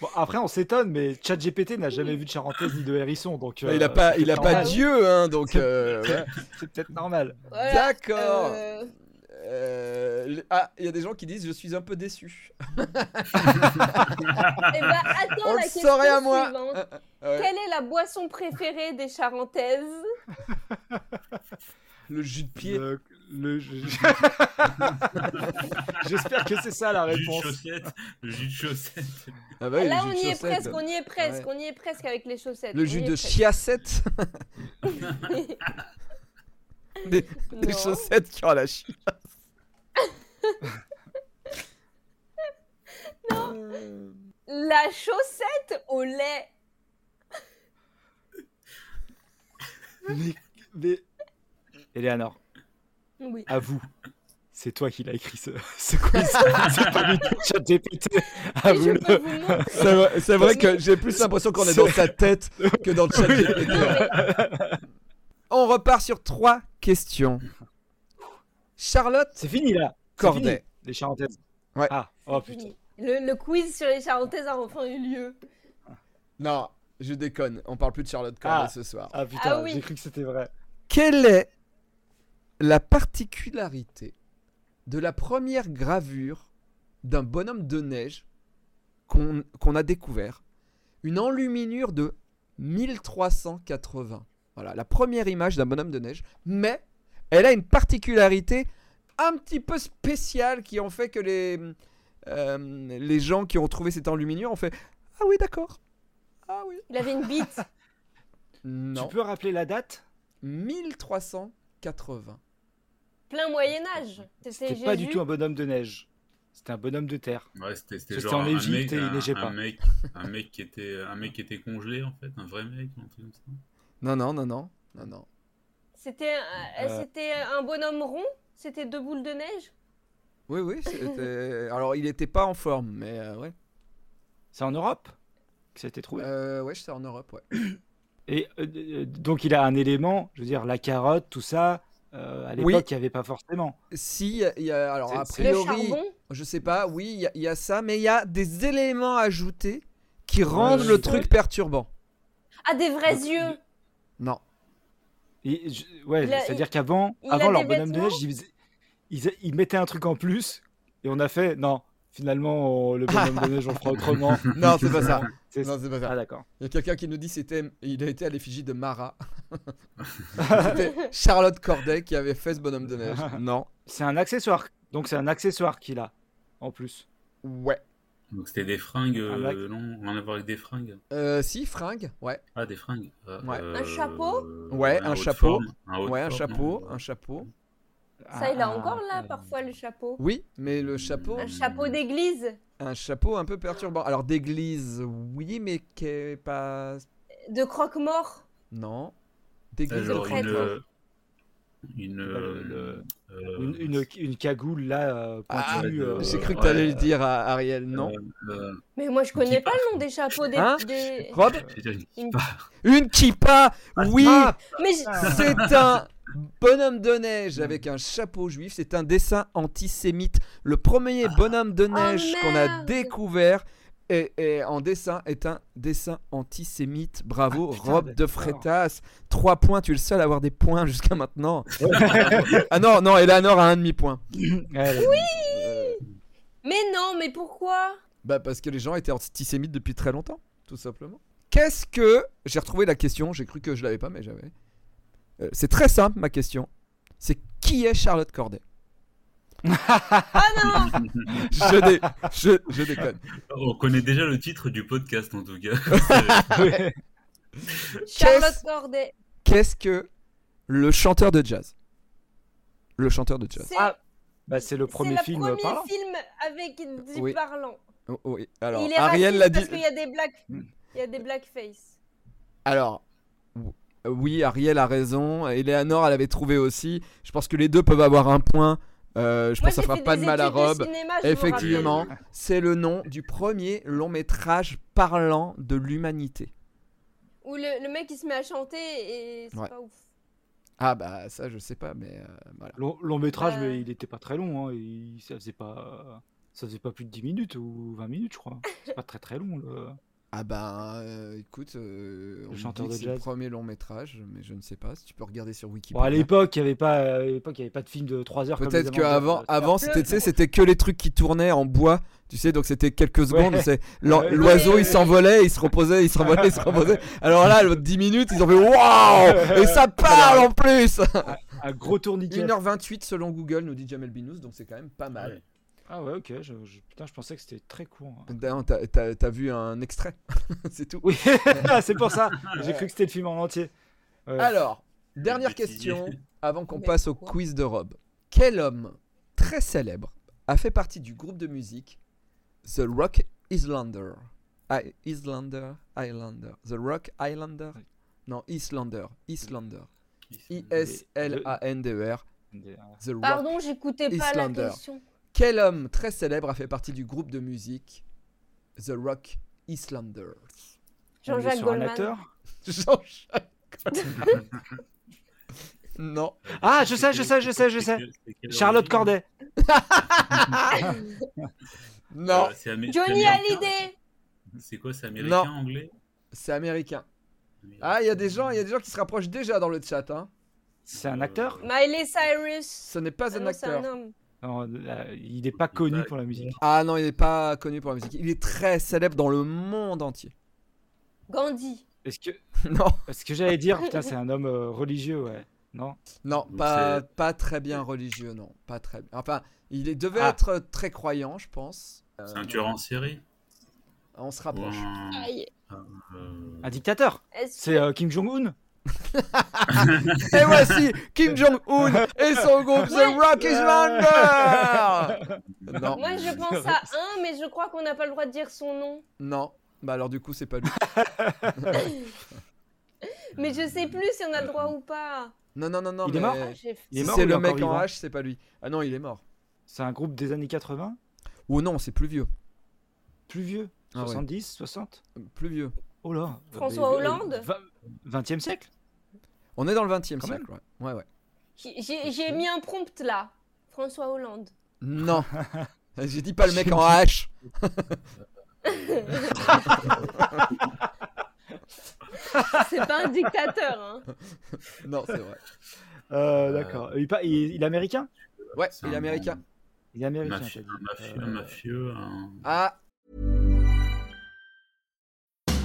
[SPEAKER 4] Bon, après, on s'étonne, mais ChatGPT n'a jamais vu de charentaise ni de hérisson, donc...
[SPEAKER 1] Bah, il
[SPEAKER 4] euh,
[SPEAKER 1] a pas,
[SPEAKER 4] c'est
[SPEAKER 1] il a
[SPEAKER 4] peut-être
[SPEAKER 1] pas
[SPEAKER 4] normal.
[SPEAKER 1] Dieu, hein, donc. euh, ouais.
[SPEAKER 4] C'est peut-être normal.
[SPEAKER 2] Voilà.
[SPEAKER 1] D'accord.
[SPEAKER 2] Euh,
[SPEAKER 1] Euh, le- ah, il y a des gens qui disent je suis un peu déçu.
[SPEAKER 2] eh ben, attends,
[SPEAKER 1] On
[SPEAKER 2] la
[SPEAKER 1] le
[SPEAKER 2] question
[SPEAKER 1] saurait à moi.
[SPEAKER 2] suivante.
[SPEAKER 1] Ah ouais.
[SPEAKER 2] Quelle est la boisson préférée des Charentaises
[SPEAKER 1] Le jus de pied.
[SPEAKER 4] Le, le- je- J'espère que c'est ça la
[SPEAKER 3] Le jus de
[SPEAKER 4] réponse.
[SPEAKER 3] chaussette. Le jus de chaussette.
[SPEAKER 1] Ah bah oui, le
[SPEAKER 2] Là, on
[SPEAKER 1] jus de
[SPEAKER 2] y est
[SPEAKER 1] chaussette.
[SPEAKER 2] presque, on y est presque,
[SPEAKER 1] Ouais.
[SPEAKER 2] on y est presque avec les chaussettes.
[SPEAKER 1] Le
[SPEAKER 2] on
[SPEAKER 1] jus
[SPEAKER 2] y est
[SPEAKER 1] de
[SPEAKER 2] presque.
[SPEAKER 1] chiacette. des, des
[SPEAKER 2] Non.
[SPEAKER 1] chaussettes qui ont la chiasse. non.
[SPEAKER 2] La chaussette au lait.
[SPEAKER 4] Mais, mais- Eleanor,
[SPEAKER 2] Oui.
[SPEAKER 4] à vous. C'est toi qui l'as écrit ce, ce quiz. c'est pas lui ChatGPT. À
[SPEAKER 1] Ah,
[SPEAKER 2] Et je
[SPEAKER 4] vous
[SPEAKER 2] peux
[SPEAKER 4] le...
[SPEAKER 2] vous montrer.
[SPEAKER 1] C'est vrai, c'est vrai que j'ai plus l'impression qu'on est dans sa tête que dans le chat. On repart sur trois questions. Charlotte
[SPEAKER 4] C'est fini là. C'est
[SPEAKER 1] Corday.
[SPEAKER 4] fini, les charentaises.
[SPEAKER 1] Ouais.
[SPEAKER 4] Ah, oh putain.
[SPEAKER 2] Le, le quiz sur les Charentaises a enfin eu lieu.
[SPEAKER 1] Non, je déconne. On parle plus de Charlotte Corday
[SPEAKER 4] Ah.
[SPEAKER 1] ce soir.
[SPEAKER 4] Ah putain,
[SPEAKER 2] Ah oui.
[SPEAKER 4] j'ai cru que c'était vrai.
[SPEAKER 1] Quelle est la particularité de la première gravure d'un bonhomme de neige qu'on qu'on a découvert Une enluminure de 1380. Voilà, la première image d'un bonhomme de neige. Mais elle a une particularité un petit peu spéciale qui en fait que les, euh, les gens qui ont trouvé cette enluminure ont fait Ah oui, d'accord. Ah oui.
[SPEAKER 2] Il avait une bite.
[SPEAKER 1] Non.
[SPEAKER 4] Tu peux rappeler la date
[SPEAKER 1] 1380.
[SPEAKER 2] Plein Moyen-Âge. C'était
[SPEAKER 4] C'était pas du
[SPEAKER 2] Jésus.
[SPEAKER 4] tout un bonhomme de neige. C'était un bonhomme de terre.
[SPEAKER 3] Ouais, c'était c'était
[SPEAKER 4] Parce que
[SPEAKER 3] genre
[SPEAKER 4] c'était en
[SPEAKER 3] un mec,
[SPEAKER 4] Égypte et il
[SPEAKER 3] un,
[SPEAKER 4] neigeait
[SPEAKER 3] un
[SPEAKER 4] pas.
[SPEAKER 3] mec, un mec qui était, un mec qui était congelé en fait, un vrai mec, un truc comme ça.
[SPEAKER 1] Non, non, non, non. Non, non.
[SPEAKER 2] C'était un-
[SPEAKER 4] Euh.
[SPEAKER 2] c'était un bonhomme rond C'était deux boules de neige
[SPEAKER 1] Oui, oui. c'était- Alors, il n'était pas en forme, mais euh, ouais.
[SPEAKER 4] C'est en Europe que ça a été trouvé.
[SPEAKER 1] Euh, ouais, j'étais en Europe, ouais.
[SPEAKER 4] Et euh, euh, donc il a un élément, je veux dire, la carotte, tout ça, euh, à l'époque,
[SPEAKER 1] Oui.
[SPEAKER 4] il n'y avait pas forcément.
[SPEAKER 1] Si, il y a. Alors,
[SPEAKER 4] C'est-
[SPEAKER 1] a
[SPEAKER 4] c'est-
[SPEAKER 2] Le
[SPEAKER 1] priori,
[SPEAKER 2] charbon
[SPEAKER 1] je sais pas, oui, il y a- il y, a ça, mais il y a des éléments ajoutés qui rendent
[SPEAKER 4] ouais,
[SPEAKER 1] le
[SPEAKER 4] c'est-
[SPEAKER 1] truc perturbant.
[SPEAKER 2] Ah, des vrais
[SPEAKER 4] Le-
[SPEAKER 2] yeux
[SPEAKER 1] Non.
[SPEAKER 4] Et je- ouais,
[SPEAKER 2] Il a-
[SPEAKER 4] c'est-à-dire qu'avant,
[SPEAKER 2] il a
[SPEAKER 4] avant
[SPEAKER 2] des
[SPEAKER 4] leur bonhomme de
[SPEAKER 2] vêtements
[SPEAKER 4] neige, ils, faisaient- ils, ils mettaient un truc en plus, et on a fait, non, finalement, on- le bonhomme de neige, on le fera autrement.
[SPEAKER 1] Non, c'est pas ça.
[SPEAKER 4] C'est-
[SPEAKER 1] Non, c'est pas
[SPEAKER 4] Ah
[SPEAKER 1] ça.
[SPEAKER 4] d'accord.
[SPEAKER 1] Il y a quelqu'un qui nous dit c'était, il a été à l'effigie de Marat. c'était Charlotte Corday qui avait fait ce bonhomme de neige. Non.
[SPEAKER 4] C'est un accessoire, donc c'est un accessoire qu'il a, en plus.
[SPEAKER 1] Ouais.
[SPEAKER 3] Donc c'était des fringues,
[SPEAKER 4] Un
[SPEAKER 3] euh,
[SPEAKER 4] mec.
[SPEAKER 3] non, rien à voir avec des fringues.
[SPEAKER 1] Euh, si, fringue, ouais.
[SPEAKER 3] Ah, des fringues. Ah,
[SPEAKER 1] Ouais.
[SPEAKER 3] euh,
[SPEAKER 2] Un chapeau
[SPEAKER 3] euh,
[SPEAKER 1] Ouais, un
[SPEAKER 3] haut de
[SPEAKER 1] chapeau.
[SPEAKER 3] forme, un haut de
[SPEAKER 1] Ouais, un
[SPEAKER 3] forme, Euh,
[SPEAKER 1] chapeau,
[SPEAKER 3] non.
[SPEAKER 1] un chapeau.
[SPEAKER 2] Ça, il a
[SPEAKER 4] Ah,
[SPEAKER 2] encore là,
[SPEAKER 4] euh,
[SPEAKER 2] parfois, le chapeau.
[SPEAKER 1] Oui, mais le chapeau,
[SPEAKER 2] Un Euh, chapeau d'église
[SPEAKER 1] un chapeau un peu perturbant. Alors d'église, oui, mais qui est pas
[SPEAKER 2] De croque-mort
[SPEAKER 1] non.
[SPEAKER 3] Ah,
[SPEAKER 1] D'église.
[SPEAKER 3] genre
[SPEAKER 1] elle est
[SPEAKER 3] une,
[SPEAKER 2] prêtre.
[SPEAKER 1] pas-
[SPEAKER 3] euh, une,
[SPEAKER 4] pas Bah, le-
[SPEAKER 3] euh,
[SPEAKER 4] le-
[SPEAKER 3] euh,
[SPEAKER 4] Une, une, une cagoule là, euh,
[SPEAKER 1] Ah,
[SPEAKER 4] pointue. euh,
[SPEAKER 1] J'ai cru que
[SPEAKER 3] ouais,
[SPEAKER 1] t'allais le
[SPEAKER 3] euh,
[SPEAKER 1] dire à Ariel, non
[SPEAKER 3] euh,
[SPEAKER 2] Mais moi, je connais
[SPEAKER 3] Qui
[SPEAKER 2] pas le nom des chapeaux des.
[SPEAKER 1] Hein
[SPEAKER 2] des-
[SPEAKER 1] Rob,
[SPEAKER 3] c'est-à-dire une-
[SPEAKER 2] Une-
[SPEAKER 1] une kippa, oui,
[SPEAKER 4] Euh. ah,
[SPEAKER 2] Mais j-
[SPEAKER 1] c'est un bonhomme de neige avec un chapeau juif. C'est un dessin antisémite. Le premier
[SPEAKER 4] Ah.
[SPEAKER 1] bonhomme
[SPEAKER 4] Oh,
[SPEAKER 1] de neige qu'on a
[SPEAKER 2] merde.
[SPEAKER 1] découvert. est- est en dessin est un dessin antisémite. Bravo,
[SPEAKER 4] Ah, putain,
[SPEAKER 1] Rob de
[SPEAKER 4] d'accord.
[SPEAKER 1] Frétas. Trois points, tu es le seul à avoir des points jusqu'à maintenant. ah non, non, Eleanor a un demi-point.
[SPEAKER 4] ouais, là,
[SPEAKER 1] Euh,
[SPEAKER 2] Mais non, mais pourquoi
[SPEAKER 1] Bah parce que les gens étaient antisémites depuis très longtemps, tout simplement. Qu'est-ce que... J'ai retrouvé la question, j'ai cru que je l'avais pas, mais j'avais. Euh, c'est très simple, ma question. C'est qui est Charlotte Corday
[SPEAKER 2] Ah non
[SPEAKER 1] je, dé- je, je déconne.
[SPEAKER 3] On connaît déjà le titre du podcast en tout cas.
[SPEAKER 4] ouais.
[SPEAKER 2] Charlotte Corday
[SPEAKER 1] Qu'est-ce que le chanteur de jazz Le chanteur de jazz.
[SPEAKER 2] C'est
[SPEAKER 4] Ah, bah, c'est le
[SPEAKER 2] c'est
[SPEAKER 4] premier
[SPEAKER 2] la
[SPEAKER 4] film
[SPEAKER 2] premier
[SPEAKER 4] parlant.
[SPEAKER 2] film avec du
[SPEAKER 1] Oui.
[SPEAKER 2] parlant.
[SPEAKER 1] Oh, oh, et- alors,
[SPEAKER 2] Il est
[SPEAKER 1] Ariel
[SPEAKER 2] raciste
[SPEAKER 1] l'a dit. Hmm.
[SPEAKER 2] parce qu'il y a des black, il y a des blackface.
[SPEAKER 1] Alors, w- oui, Ariel a raison. Eleanor, elle avait trouvé aussi. Je pense que les deux peuvent avoir un point. Euh, je
[SPEAKER 2] Moi,
[SPEAKER 1] pense que ça
[SPEAKER 2] j'ai
[SPEAKER 1] fera
[SPEAKER 2] fait
[SPEAKER 1] pas
[SPEAKER 2] des
[SPEAKER 1] de mal à
[SPEAKER 2] études
[SPEAKER 1] Rob.
[SPEAKER 2] cinéma, je me
[SPEAKER 1] Effectivement,
[SPEAKER 2] rappelle.
[SPEAKER 1] c'est le nom du premier long métrage parlant de l'humanité.
[SPEAKER 2] Où le, le mec il se met à chanter et c'est
[SPEAKER 1] Ouais.
[SPEAKER 2] pas ouf.
[SPEAKER 1] Ah bah ça je sais pas mais euh, voilà.
[SPEAKER 4] Long, long métrage,
[SPEAKER 2] Euh.
[SPEAKER 4] mais il était pas très long. hein, il- ça faisait pas, ça faisait pas plus de 10 minutes ou 20 minutes, je crois. C'est pas très très long. Le...
[SPEAKER 1] Ah bah euh, écoute, euh, on me dit
[SPEAKER 4] chanteur
[SPEAKER 1] que
[SPEAKER 4] de
[SPEAKER 1] c'est le
[SPEAKER 4] jazz.
[SPEAKER 1] premier long métrage mais je ne sais pas si tu peux regarder sur
[SPEAKER 4] Bon, à
[SPEAKER 1] Wikipédia.
[SPEAKER 4] l'époque, il y avait pas, à l'époque, il y avait pas de film de 3 heures. comme
[SPEAKER 1] Peut-être
[SPEAKER 4] les Avengers,
[SPEAKER 1] qu'avant
[SPEAKER 4] euh,
[SPEAKER 1] avant c'était tu sais, c'était que les trucs qui tournaient en bois, tu sais donc c'était quelques secondes,
[SPEAKER 4] Ouais.
[SPEAKER 1] c'est l'an-
[SPEAKER 4] Ouais.
[SPEAKER 1] l'oiseau
[SPEAKER 2] Ouais.
[SPEAKER 1] il s'envolait, il se reposait, il se reposait, il se reposait. Alors là, le 10 minutes, ils ont fait waouh Et ça parle en plus.
[SPEAKER 4] Un gros tourniquet.
[SPEAKER 1] 1h28 selon Google nous dit Jamel Binous donc c'est quand même pas mal.
[SPEAKER 3] Ouais.
[SPEAKER 4] Ah ouais, ok. Je, je- Putain, je pensais que c'était très court. hein.
[SPEAKER 1] Non, T'as t'as- t'as vu un extrait, c'est tout.
[SPEAKER 4] Oui, c'est pour ça. J'ai cru que c'était le film en entier. Ouais.
[SPEAKER 1] Alors, dernière
[SPEAKER 3] bêtise.
[SPEAKER 1] question avant qu'on
[SPEAKER 2] Mais
[SPEAKER 1] passe au
[SPEAKER 2] quoi
[SPEAKER 1] quiz de Rob. Quel homme très célèbre a fait partie du groupe de musique The Rock Islander I- Islander Islander The Rock Islander
[SPEAKER 4] Oui.
[SPEAKER 1] Non, Islander. Islander.
[SPEAKER 3] Ils-
[SPEAKER 1] I-S-L-A-N-D-E-R.
[SPEAKER 4] Des-
[SPEAKER 1] E The Rock.
[SPEAKER 2] Pardon, j'écoutais pas la
[SPEAKER 1] Islander.
[SPEAKER 2] question.
[SPEAKER 1] Quel homme très célèbre a fait partie du groupe de musique The Rock Islander
[SPEAKER 4] on est
[SPEAKER 2] Jean-Jacques
[SPEAKER 4] sur un
[SPEAKER 2] Goldman.
[SPEAKER 4] acteur
[SPEAKER 1] Jean-Jacques. non.
[SPEAKER 4] Ah, je sais, je sais, je sais, je sais. Charlotte Corday. Ah.
[SPEAKER 3] Euh,
[SPEAKER 1] Non.
[SPEAKER 2] Johnny Hallyday.
[SPEAKER 3] C'est quoi, c'est américain,
[SPEAKER 1] Non.
[SPEAKER 3] anglais
[SPEAKER 1] C'est américain. Ah, il y a des gens, il y a des gens qui se rapprochent déjà dans le chat. Hein.
[SPEAKER 4] C'est un acteur
[SPEAKER 2] Miley Cyrus.
[SPEAKER 1] Ce n'est pas
[SPEAKER 2] Ah
[SPEAKER 1] un
[SPEAKER 2] non, c'est
[SPEAKER 1] acteur.
[SPEAKER 2] un homme.
[SPEAKER 4] Non, là, Il n'est pas connu pour la musique.
[SPEAKER 1] Ah non, il n'est pas connu pour la musique. Il est très célèbre dans le monde entier.
[SPEAKER 2] Gandhi.
[SPEAKER 4] Est-ce que,
[SPEAKER 1] Non,
[SPEAKER 4] est-ce que j'allais dire Putain, c'est un homme euh, religieux, ouais. Non
[SPEAKER 1] non,
[SPEAKER 3] Donc
[SPEAKER 1] pas,
[SPEAKER 3] c'est-
[SPEAKER 1] pas très bien religieux, non, pas très. bien. Enfin, il est- devait
[SPEAKER 4] Ah.
[SPEAKER 1] être très croyant, je pense. Euh,
[SPEAKER 3] C'est un tueur en série
[SPEAKER 1] on se rapproche.
[SPEAKER 3] Ou un-
[SPEAKER 2] Aïe.
[SPEAKER 3] euh,
[SPEAKER 4] Un dictateur
[SPEAKER 2] Ah, Est-ce
[SPEAKER 4] C'est euh, Kim Jong-un
[SPEAKER 1] Et voici Kim Jong-un et son groupe The
[SPEAKER 2] Ouais.
[SPEAKER 1] Rock Islander. Non,
[SPEAKER 2] Moi,
[SPEAKER 3] euh,
[SPEAKER 2] je pense à un, mais je crois qu'on n'a pas le droit de dire son nom.
[SPEAKER 1] non. Bah alors du coup, c'est pas lui.
[SPEAKER 2] Mais je sais plus si on a le droit ou pas.
[SPEAKER 1] Non, non, non, non.
[SPEAKER 4] Il est
[SPEAKER 1] mais
[SPEAKER 4] mort
[SPEAKER 2] Ah, j'ai fait-
[SPEAKER 4] Il est
[SPEAKER 1] si
[SPEAKER 4] mort
[SPEAKER 1] c'est
[SPEAKER 4] ou il est
[SPEAKER 1] le
[SPEAKER 4] encore
[SPEAKER 1] mec en
[SPEAKER 4] vivant
[SPEAKER 1] H, c'est pas lui. Ah non, il est mort.
[SPEAKER 4] C'est un groupe des années 80
[SPEAKER 1] Ou non, c'est plus vieux.
[SPEAKER 4] Plus vieux
[SPEAKER 1] Ah ouais.
[SPEAKER 4] 70, 60
[SPEAKER 1] Plus vieux.
[SPEAKER 4] Oh là
[SPEAKER 2] François Hollande
[SPEAKER 4] 20 e siècle
[SPEAKER 1] On est dans le 20 e
[SPEAKER 4] Quand
[SPEAKER 1] siècle. Ouais, ouais. ouais.
[SPEAKER 2] J'ai- J'ai j'ai mis un prompt là. François Hollande.
[SPEAKER 1] Non. J'ai dit pas le mec en H.
[SPEAKER 2] C'est pas un dictateur, hein.
[SPEAKER 1] Non, c'est vrai.
[SPEAKER 4] euh, D'accord. Il, pa- il- il est américain
[SPEAKER 1] Ouais,
[SPEAKER 3] c'est
[SPEAKER 1] il est
[SPEAKER 3] un-
[SPEAKER 1] américain.
[SPEAKER 4] Il est américain.
[SPEAKER 3] Mafieux,
[SPEAKER 4] t'as dit.
[SPEAKER 3] mafieux,
[SPEAKER 4] Euh,
[SPEAKER 3] mafieux. un-
[SPEAKER 1] Ah,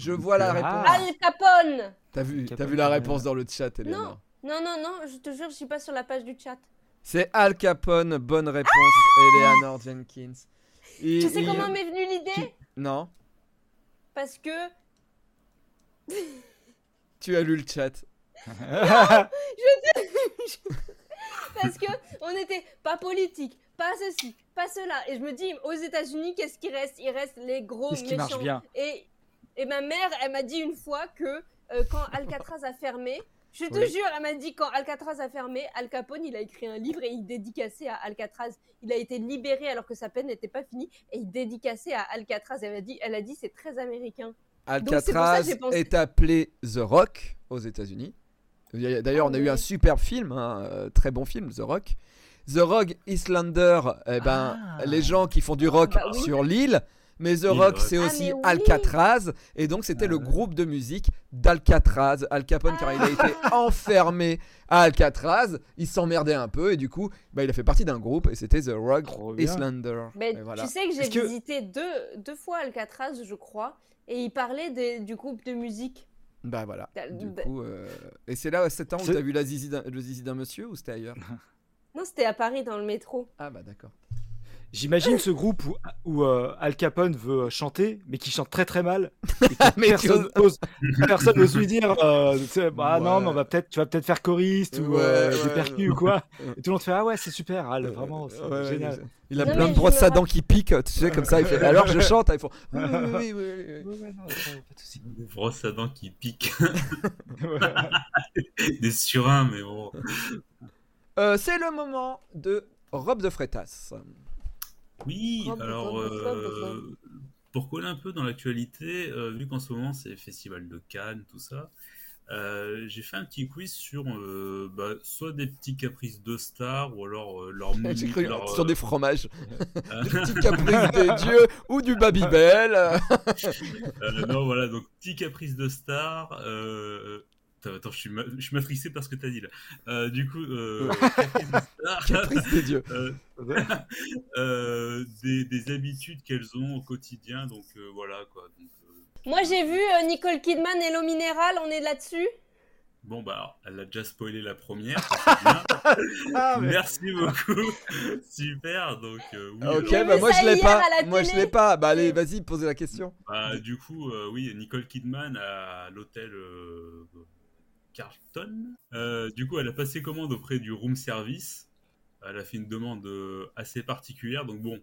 [SPEAKER 1] je vois la
[SPEAKER 4] Ah.
[SPEAKER 1] réponse.
[SPEAKER 2] Al Capone.
[SPEAKER 1] T'as vu, t'as
[SPEAKER 4] Capone,
[SPEAKER 1] vu la
[SPEAKER 4] euh,
[SPEAKER 1] réponse dans le chat, Eleanor.
[SPEAKER 2] Non, non, non, je te jure, je suis pas sur la page du chat.
[SPEAKER 1] C'est Al Capone, bonne réponse, Eleanor Jenkins. Il-
[SPEAKER 2] Ah Tu sais
[SPEAKER 1] il-
[SPEAKER 2] comment m'est venue l'idée
[SPEAKER 1] Non,
[SPEAKER 2] Parce que
[SPEAKER 1] tu as lu le chat.
[SPEAKER 2] parce que on n'était pas politique, pas ceci, pas cela. Et je me dis, aux États-Unis, qu'est-ce qui reste Il reste les gros
[SPEAKER 4] Qu'est-ce qui
[SPEAKER 2] méchants.
[SPEAKER 4] marche bien
[SPEAKER 2] Et, et ma mère, elle m'a dit une fois que euh, quand Alcatraz a fermé, je Je te
[SPEAKER 1] Oui.
[SPEAKER 2] jure, elle m'a dit quand Alcatraz a fermé, Al Capone, il a écrit un livre et il dédicaçait à Alcatraz. Il a été libéré alors que sa peine n'était pas finie et il dédicaçait à Alcatraz. Elle a dit, elle a dit c'est très américain. Donc, c'est pour ça que
[SPEAKER 1] Alcatraz
[SPEAKER 2] j'ai pensé-
[SPEAKER 1] est appelé The Rock aux États-Unis. Il y a- D'ailleurs,
[SPEAKER 2] Ah
[SPEAKER 1] on a eu
[SPEAKER 2] ouais.
[SPEAKER 1] un superbe film, hein, euh, très bon film, The Rock. The Rock Islander, eh ben,
[SPEAKER 4] Ah.
[SPEAKER 1] les gens qui font du rock
[SPEAKER 2] Bah oui.
[SPEAKER 1] sur l'île. Mais The
[SPEAKER 3] Oui,
[SPEAKER 1] Rock,
[SPEAKER 3] ouais.
[SPEAKER 1] c'est
[SPEAKER 2] Ah,
[SPEAKER 1] aussi
[SPEAKER 2] mais oui.
[SPEAKER 1] Alcatraz. Et donc, c'était le groupe de musique d'Alcatraz. Al Capone, car il a été
[SPEAKER 2] Ah.
[SPEAKER 1] enfermé à Alcatraz. Il s'emmerdait un peu. Et du coup, bah, il a fait partie d'un groupe. Et c'était The Rock
[SPEAKER 4] Trop bien.
[SPEAKER 1] Islander.
[SPEAKER 2] Mais
[SPEAKER 1] Et voilà.
[SPEAKER 2] tu sais que j'ai
[SPEAKER 4] Est-ce que-
[SPEAKER 2] visité deux, deux fois Alcatraz, je crois, et il parlait des- du groupe de musique.
[SPEAKER 1] Bah voilà.
[SPEAKER 2] T'as-
[SPEAKER 1] Du
[SPEAKER 2] bah-
[SPEAKER 1] coup, euh, et c'est là, à 7 ans, où
[SPEAKER 4] C'est-
[SPEAKER 1] t'as vu la zizi d'un- le zizi d'un monsieur ou c'était ailleurs
[SPEAKER 2] Non, c'était à Paris dans le métro.
[SPEAKER 1] Ah bah d'accord.
[SPEAKER 4] J'imagine ce groupe où, où, euh, Al Capone veut euh, chanter, mais qui chante très très mal. et que
[SPEAKER 1] Mais tu
[SPEAKER 4] personne n'ose- personne n'ose lui dire euh, tu sais, bah,
[SPEAKER 1] Ouais.
[SPEAKER 4] non, mais on va peut-être, tu vas peut-être faire choriste ou
[SPEAKER 1] Ouais,
[SPEAKER 4] euh,
[SPEAKER 1] ouais.
[SPEAKER 4] des percus ou quoi.
[SPEAKER 1] Ouais.
[SPEAKER 4] Et tout le monde fait Ah ouais, c'est super, Al, vraiment, c'est
[SPEAKER 1] Ouais, ouais,
[SPEAKER 4] génial.
[SPEAKER 1] il- Il a
[SPEAKER 2] Non,
[SPEAKER 1] plein
[SPEAKER 2] mais
[SPEAKER 1] de
[SPEAKER 2] je
[SPEAKER 1] brosses
[SPEAKER 2] me
[SPEAKER 1] à dents qui piquent, tu sais, comme ça. Il fait, alors je chante, hein, il faut. Oui, oui, oui, oui, oui.
[SPEAKER 4] Ouais, ouais, non, pas de souci.
[SPEAKER 3] Des brosses à dents qui piquent,
[SPEAKER 4] Ouais.
[SPEAKER 3] des surins, mais bon.
[SPEAKER 1] Euh, c'est le moment de Rob de Fretas.
[SPEAKER 3] Oui,
[SPEAKER 2] Rob de
[SPEAKER 3] alors
[SPEAKER 2] Rob de Rob de
[SPEAKER 3] euh, pour coller un peu dans l'actualité, euh, vu qu'en ce moment c'est festival de Cannes, tout ça, euh, j'ai fait un petit quiz sur euh, bah, soit des petits caprices de stars ou alors euh, leur
[SPEAKER 1] J'ai
[SPEAKER 3] mimique,
[SPEAKER 1] cru
[SPEAKER 3] leur,
[SPEAKER 1] sur
[SPEAKER 3] euh,
[SPEAKER 1] des fromages,
[SPEAKER 3] euh,
[SPEAKER 1] des petits caprices des dieux ou du Babybel.
[SPEAKER 3] euh, non, voilà, donc petit caprice de star. euh, Attends, attends, je suis, ma- je suis matrixé par ce que t'as dit là. Euh, du coup, euh, caprice de star,
[SPEAKER 1] Caprices des dieux.
[SPEAKER 3] euh, euh, des, des habitudes qu'elles ont au quotidien, donc euh, voilà quoi. Donc, euh,
[SPEAKER 2] Moi, j'ai vu euh, Nicole Kidman et l'eau minérale, on est là-dessus.
[SPEAKER 3] Bon, bah, alors, elle a déjà spoilé la première. c'est bien.
[SPEAKER 4] Ah, mais-
[SPEAKER 3] Merci beaucoup. Super. Donc, euh, oui,
[SPEAKER 4] Ah,
[SPEAKER 1] Ok,
[SPEAKER 3] alors,
[SPEAKER 2] J'ai
[SPEAKER 1] bah
[SPEAKER 2] vu
[SPEAKER 1] moi
[SPEAKER 2] ça
[SPEAKER 1] je l'ai
[SPEAKER 2] hier
[SPEAKER 1] pas.
[SPEAKER 2] à la
[SPEAKER 1] Moi je
[SPEAKER 2] télé.
[SPEAKER 1] l'ai pas. Bah allez, vas-y, posez la question.
[SPEAKER 3] bah, du coup, euh, oui, Nicole Kidman à l'hôtel euh, Carlton. Euh, du coup, elle a passé commande auprès du room service. Elle a fait une demande euh, assez particulière. Donc, bon,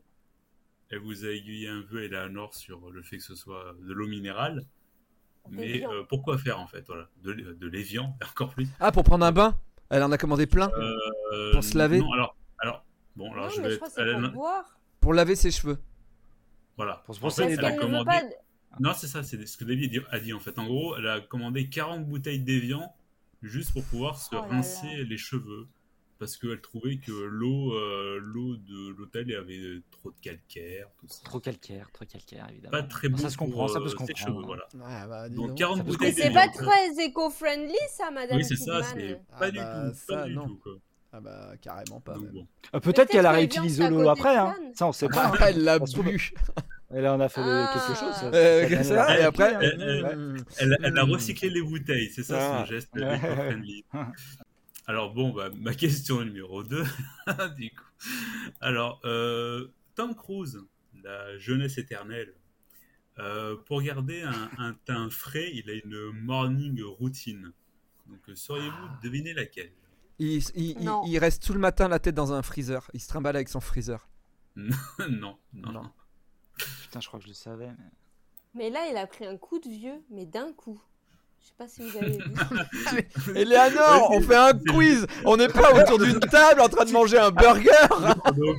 [SPEAKER 3] elle vous a aiguillé un peu, elle a un or sur le fait que ce soit de l'eau minérale. Mais
[SPEAKER 2] L'évian.
[SPEAKER 3] euh, pourquoi faire en fait voilà, De, l'é- de l'évian, encore plus.
[SPEAKER 1] Ah, pour prendre un bain Elle en a commandé plein
[SPEAKER 3] Euh,
[SPEAKER 1] Pour se laver
[SPEAKER 3] Non, alors, alors, bon, alors
[SPEAKER 2] non,
[SPEAKER 3] je
[SPEAKER 2] mais
[SPEAKER 3] vais.
[SPEAKER 2] je crois que c'est
[SPEAKER 3] elle a-
[SPEAKER 2] pour boire.
[SPEAKER 1] pour laver ses cheveux.
[SPEAKER 3] Voilà.
[SPEAKER 4] Pour se
[SPEAKER 3] En
[SPEAKER 4] brosser
[SPEAKER 3] fait,
[SPEAKER 4] les
[SPEAKER 2] Parce
[SPEAKER 3] elle a
[SPEAKER 2] qu'elle ne veut
[SPEAKER 3] commandé-
[SPEAKER 2] pas.
[SPEAKER 3] Non, c'est ça, c'est ce que David dit- a dit en fait. En gros, elle a commandé 40 bouteilles d'évian juste pour pouvoir se
[SPEAKER 2] Oh là là.
[SPEAKER 3] rincer les cheveux parce qu'elle trouvait que l'eau euh, l'eau de l'hôtel avait trop de calcaire, tout ça.
[SPEAKER 4] Trop calcaire, trop calcaire, évidemment.
[SPEAKER 3] Pas très bon
[SPEAKER 4] Ça se comprend,
[SPEAKER 3] pour,
[SPEAKER 4] ça peut
[SPEAKER 3] euh,
[SPEAKER 4] se
[SPEAKER 3] ses
[SPEAKER 4] comprendre.
[SPEAKER 3] cheveux, voilà.
[SPEAKER 1] Ah bah
[SPEAKER 3] Donc, 40
[SPEAKER 4] Ça peut se
[SPEAKER 3] bouteilles
[SPEAKER 2] Mais
[SPEAKER 4] comprendre.
[SPEAKER 2] c'est
[SPEAKER 3] d'évian.
[SPEAKER 2] pas très éco-friendly, ça, Madame
[SPEAKER 3] Oui, c'est ça,
[SPEAKER 2] Kidman.
[SPEAKER 3] c'est
[SPEAKER 1] Ah
[SPEAKER 3] pas du
[SPEAKER 1] bah,
[SPEAKER 3] tout,
[SPEAKER 1] ça,
[SPEAKER 3] pas du
[SPEAKER 1] non.
[SPEAKER 3] tout quoi.
[SPEAKER 1] Ah bah carrément pas.
[SPEAKER 3] Donc,
[SPEAKER 1] même.
[SPEAKER 3] bon.
[SPEAKER 4] Euh,
[SPEAKER 2] Peut-être
[SPEAKER 4] Peut-être qu'elle a
[SPEAKER 2] que les
[SPEAKER 4] réutilisé
[SPEAKER 2] viandes, c'est à côté
[SPEAKER 4] l'eau
[SPEAKER 2] de
[SPEAKER 4] après, hein.
[SPEAKER 2] Cannes.
[SPEAKER 4] ça on sait pas.
[SPEAKER 1] Ah, elle l'a
[SPEAKER 4] On se trouve-
[SPEAKER 1] bu.
[SPEAKER 4] Elle en a fait
[SPEAKER 2] Ah.
[SPEAKER 4] quelque chose. ça,
[SPEAKER 2] Euh,
[SPEAKER 1] Euh,
[SPEAKER 4] c'est pas
[SPEAKER 1] comme
[SPEAKER 4] bien,
[SPEAKER 1] ça,
[SPEAKER 4] elle
[SPEAKER 1] et
[SPEAKER 4] a
[SPEAKER 1] après,
[SPEAKER 4] répliqué, hein.
[SPEAKER 3] euh,
[SPEAKER 4] Ouais.
[SPEAKER 1] Mm.
[SPEAKER 3] Elle, elle a
[SPEAKER 1] Hmm.
[SPEAKER 3] recyclé les bouteilles, c'est ça
[SPEAKER 4] Ah.
[SPEAKER 3] son geste
[SPEAKER 4] Ouais.
[SPEAKER 3] éco-friendly. Alors bon, bah, ma question numéro 2, du coup. Alors, euh, Tom Cruise, la jeunesse éternelle, euh, pour garder un, un teint frais, il a une morning routine. Donc, euh, sauriez-vous
[SPEAKER 4] Ah.
[SPEAKER 3] deviner laquelle
[SPEAKER 1] Il, il- il-
[SPEAKER 2] Non.
[SPEAKER 1] il reste tout le matin la tête dans un freezer. Il se trimballe avec son freezer.
[SPEAKER 3] non, non,
[SPEAKER 1] Non.
[SPEAKER 3] non.
[SPEAKER 4] Putain, je crois que je le savais. mais-
[SPEAKER 2] Mais là, il a pris un coup de vieux, mais d'un coup. Je sais pas si vous avez vu.
[SPEAKER 1] Eleanor, on fait un quiz. On n'est pas autour d'une table en train de manger un burger.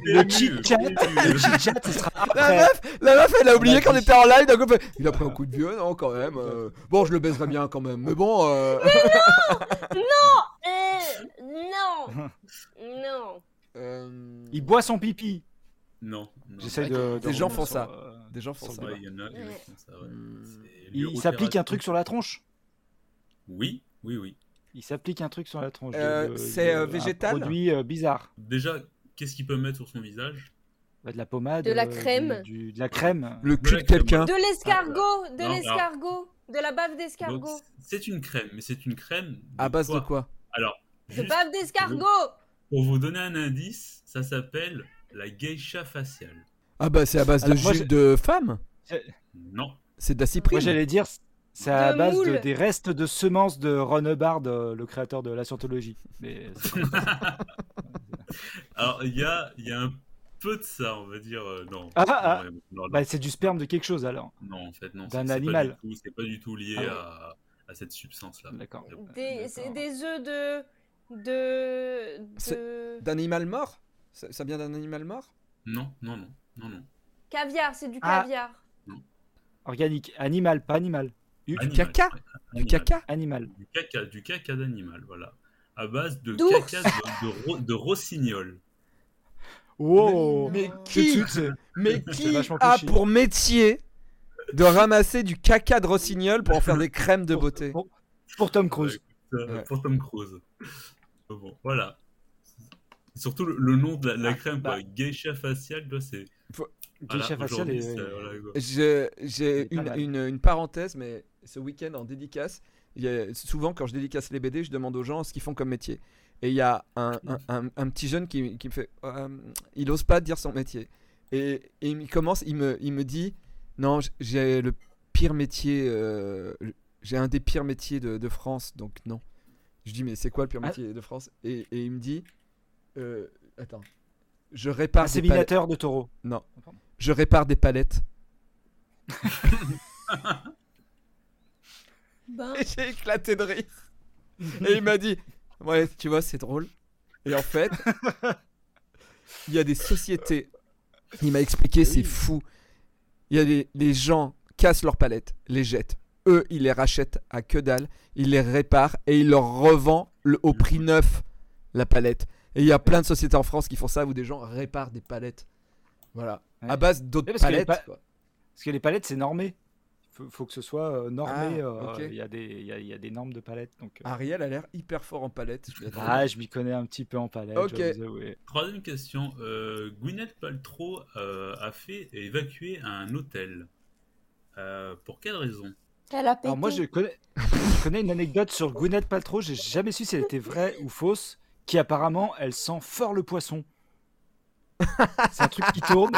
[SPEAKER 4] Le chit-chat, le chit-chat, ce sera
[SPEAKER 1] La
[SPEAKER 4] après.
[SPEAKER 1] meuf, la meuf, elle a oublié
[SPEAKER 4] l'a
[SPEAKER 1] qu'on
[SPEAKER 4] dit.
[SPEAKER 1] était en live. d'un coup, elle fait, il a pris un coup de vieux, non quand même. euh, Bon, je le baiserai bien quand même. Mais bon. euh,
[SPEAKER 2] Euh, non Non
[SPEAKER 1] euh,
[SPEAKER 4] Il boit son pipi.
[SPEAKER 3] Non, non.
[SPEAKER 4] J'essaie
[SPEAKER 1] Ouais,
[SPEAKER 4] de.
[SPEAKER 1] des
[SPEAKER 4] de
[SPEAKER 1] gens
[SPEAKER 4] revenir
[SPEAKER 1] font
[SPEAKER 4] sur,
[SPEAKER 1] ça.
[SPEAKER 4] euh,
[SPEAKER 1] Des gens font
[SPEAKER 4] Sans
[SPEAKER 1] ça.
[SPEAKER 3] Ouais, il y en a, il y en a qui font ça, ouais.
[SPEAKER 1] Hmm.
[SPEAKER 3] C'est
[SPEAKER 4] Mm. Il s'applique un
[SPEAKER 3] l'urothérapie.
[SPEAKER 4] truc sur la tronche.
[SPEAKER 3] Oui, oui, oui.
[SPEAKER 4] Il s'applique un truc sur la tronche.
[SPEAKER 1] Euh,
[SPEAKER 4] de- de-
[SPEAKER 1] c'est, euh,
[SPEAKER 4] un
[SPEAKER 1] végétal
[SPEAKER 4] Produit euh, bizarre.
[SPEAKER 3] Déjà, qu'est-ce qu'il peut mettre sur son visage
[SPEAKER 4] Bah, de la pommade.
[SPEAKER 2] De la
[SPEAKER 4] euh,
[SPEAKER 2] crème.
[SPEAKER 4] du- du- de la crème.
[SPEAKER 1] Le cul de
[SPEAKER 3] Ouais,
[SPEAKER 1] quelqu'un.
[SPEAKER 2] De l'escargot De
[SPEAKER 3] Ah, Non,
[SPEAKER 2] l'escargot De la bave
[SPEAKER 3] Donc,
[SPEAKER 2] d'escargot
[SPEAKER 3] C'est une crème, mais c'est une crème. de
[SPEAKER 1] À base de quoi
[SPEAKER 3] Alors,
[SPEAKER 2] De
[SPEAKER 3] juste
[SPEAKER 2] bave d'escargot
[SPEAKER 3] pour vous donner un indice, ça s'appelle la geisha faciale.
[SPEAKER 1] Ah bah c'est à base de
[SPEAKER 4] Alors, moi,
[SPEAKER 1] jus
[SPEAKER 4] je-
[SPEAKER 1] de femme.
[SPEAKER 3] Non,
[SPEAKER 1] C'est de la
[SPEAKER 4] Moi,
[SPEAKER 1] cyprine.
[SPEAKER 4] j'allais dire, c'est à
[SPEAKER 2] De
[SPEAKER 4] base de-
[SPEAKER 2] moule.
[SPEAKER 4] des restes de semences de Ron Hubbard, euh, le créateur de la scientologie. Mais c'est-
[SPEAKER 3] alors il y a, il y a un peu de ça, on va dire. euh, non.
[SPEAKER 4] Ah, ah,
[SPEAKER 3] Non, non,
[SPEAKER 1] bah,
[SPEAKER 4] bah, c'est du sperme de quelque chose alors.
[SPEAKER 3] non, en fait, non.
[SPEAKER 4] d'un
[SPEAKER 3] c'est- c'est pas
[SPEAKER 4] animal.
[SPEAKER 3] du tout- C'est pas du tout lié
[SPEAKER 4] Ah ouais.
[SPEAKER 3] à, à cette substance-là.
[SPEAKER 4] D'accord.
[SPEAKER 3] C'est bon.
[SPEAKER 2] Des, c'est
[SPEAKER 4] d'accord.
[SPEAKER 2] des œufs de. de.
[SPEAKER 1] C'est-
[SPEAKER 2] de.
[SPEAKER 1] D'animal mort ça, ça vient d'un animal mort
[SPEAKER 3] Non, non, non, non, non.
[SPEAKER 2] caviar, c'est du
[SPEAKER 4] Ah.
[SPEAKER 2] caviar.
[SPEAKER 4] Organique, animal, pas animal,
[SPEAKER 1] Du, du
[SPEAKER 3] Animal,
[SPEAKER 1] caca
[SPEAKER 3] ouais,
[SPEAKER 1] Du
[SPEAKER 3] animal.
[SPEAKER 1] caca
[SPEAKER 4] animal.
[SPEAKER 3] Du caca, du caca d'animal, voilà. À base de
[SPEAKER 2] D'ours.
[SPEAKER 3] caca de, de, ro- de rossignol.
[SPEAKER 4] Wow
[SPEAKER 1] Mais
[SPEAKER 4] Tout de
[SPEAKER 1] qui
[SPEAKER 4] suite, c'est-
[SPEAKER 1] Mais
[SPEAKER 4] C'est
[SPEAKER 1] qui
[SPEAKER 4] vachement
[SPEAKER 1] a
[SPEAKER 4] cliché.
[SPEAKER 1] pour métier de ramasser du caca de rossignol pour en faire des crèmes de beauté
[SPEAKER 4] Pour- pour Tom Cruise.
[SPEAKER 3] Euh,
[SPEAKER 1] Ouais.
[SPEAKER 3] Pour Tom Cruise. Euh, Bon, voilà. Surtout le, le nom de la, la
[SPEAKER 4] Ah,
[SPEAKER 3] crème,
[SPEAKER 4] bah.
[SPEAKER 3] quoi. Geisha faciale, toi, c'est. voilà,
[SPEAKER 4] Geisha faciale
[SPEAKER 3] aujourd'hui,
[SPEAKER 4] et-
[SPEAKER 3] c'est- voilà, quoi.
[SPEAKER 1] Je-
[SPEAKER 4] C'est
[SPEAKER 1] J'ai
[SPEAKER 4] pas
[SPEAKER 1] une,
[SPEAKER 4] mal.
[SPEAKER 1] une, une parenthèse, mais ce week-end en dédicace, il y a- souvent quand je dédicace les BD, je demande aux gens ce qu'ils font comme métier. Et il y a un, un- un- un petit jeune qui, qui me fait. Euh, il ose pas dire son métier. Et, et il commence, il me, il me dit Non, j- j'ai le pire métier. euh, j'ai un des pires métiers de, de France, donc non. Je dis Mais c'est quoi le pire
[SPEAKER 4] Ah.
[SPEAKER 1] métier de France et, et il me dit euh, Attends.
[SPEAKER 4] Ah,
[SPEAKER 1] Je répare, des palettes,
[SPEAKER 4] Inséminateur de taureaux.
[SPEAKER 1] je répare des palettes.
[SPEAKER 2] Ben,
[SPEAKER 1] Et j'ai éclaté de rire. Et il m'a dit, ouais, tu vois, c'est drôle. Et en fait, il y a des sociétés. Il m'a expliqué, c'est fou. Il y a des les gens cassent leurs palettes, les jettent. Eux, ils les rachètent à que dalle, ils les réparent et ils leur revendent le- au prix neuf la palette. Et il y a plein de sociétés en France qui font ça où des gens réparent des palettes. Voilà.
[SPEAKER 4] Ouais.
[SPEAKER 1] À base d'autres
[SPEAKER 4] Ouais, parce que les
[SPEAKER 1] palettes.
[SPEAKER 4] pa-
[SPEAKER 1] quoi.
[SPEAKER 4] Parce que les palettes, c'est normé. Faut, faut que ce soit euh, normé.
[SPEAKER 1] Ah,
[SPEAKER 4] euh,
[SPEAKER 1] ok.
[SPEAKER 4] Il y, a des- il y a, il y a des normes de palettes. Donc, euh,
[SPEAKER 1] Ariel a l'air hyper fort en palettes. je l'attends.
[SPEAKER 4] ah, je m'y connais un petit peu en palettes.
[SPEAKER 1] Ok.
[SPEAKER 4] je vous avouerai.
[SPEAKER 3] Troisième question. Euh, Gwyneth Paltrow euh, a fait évacuer un hôtel. Euh, pour quelle raison
[SPEAKER 2] elle a pété.
[SPEAKER 4] Alors moi, je connais, je connais une anecdote sur Gwyneth Paltrow. J'ai jamais su si elle était vraie ou fausse. Qui apparemment, elle sent fort le poisson. C'est un truc qui tourne.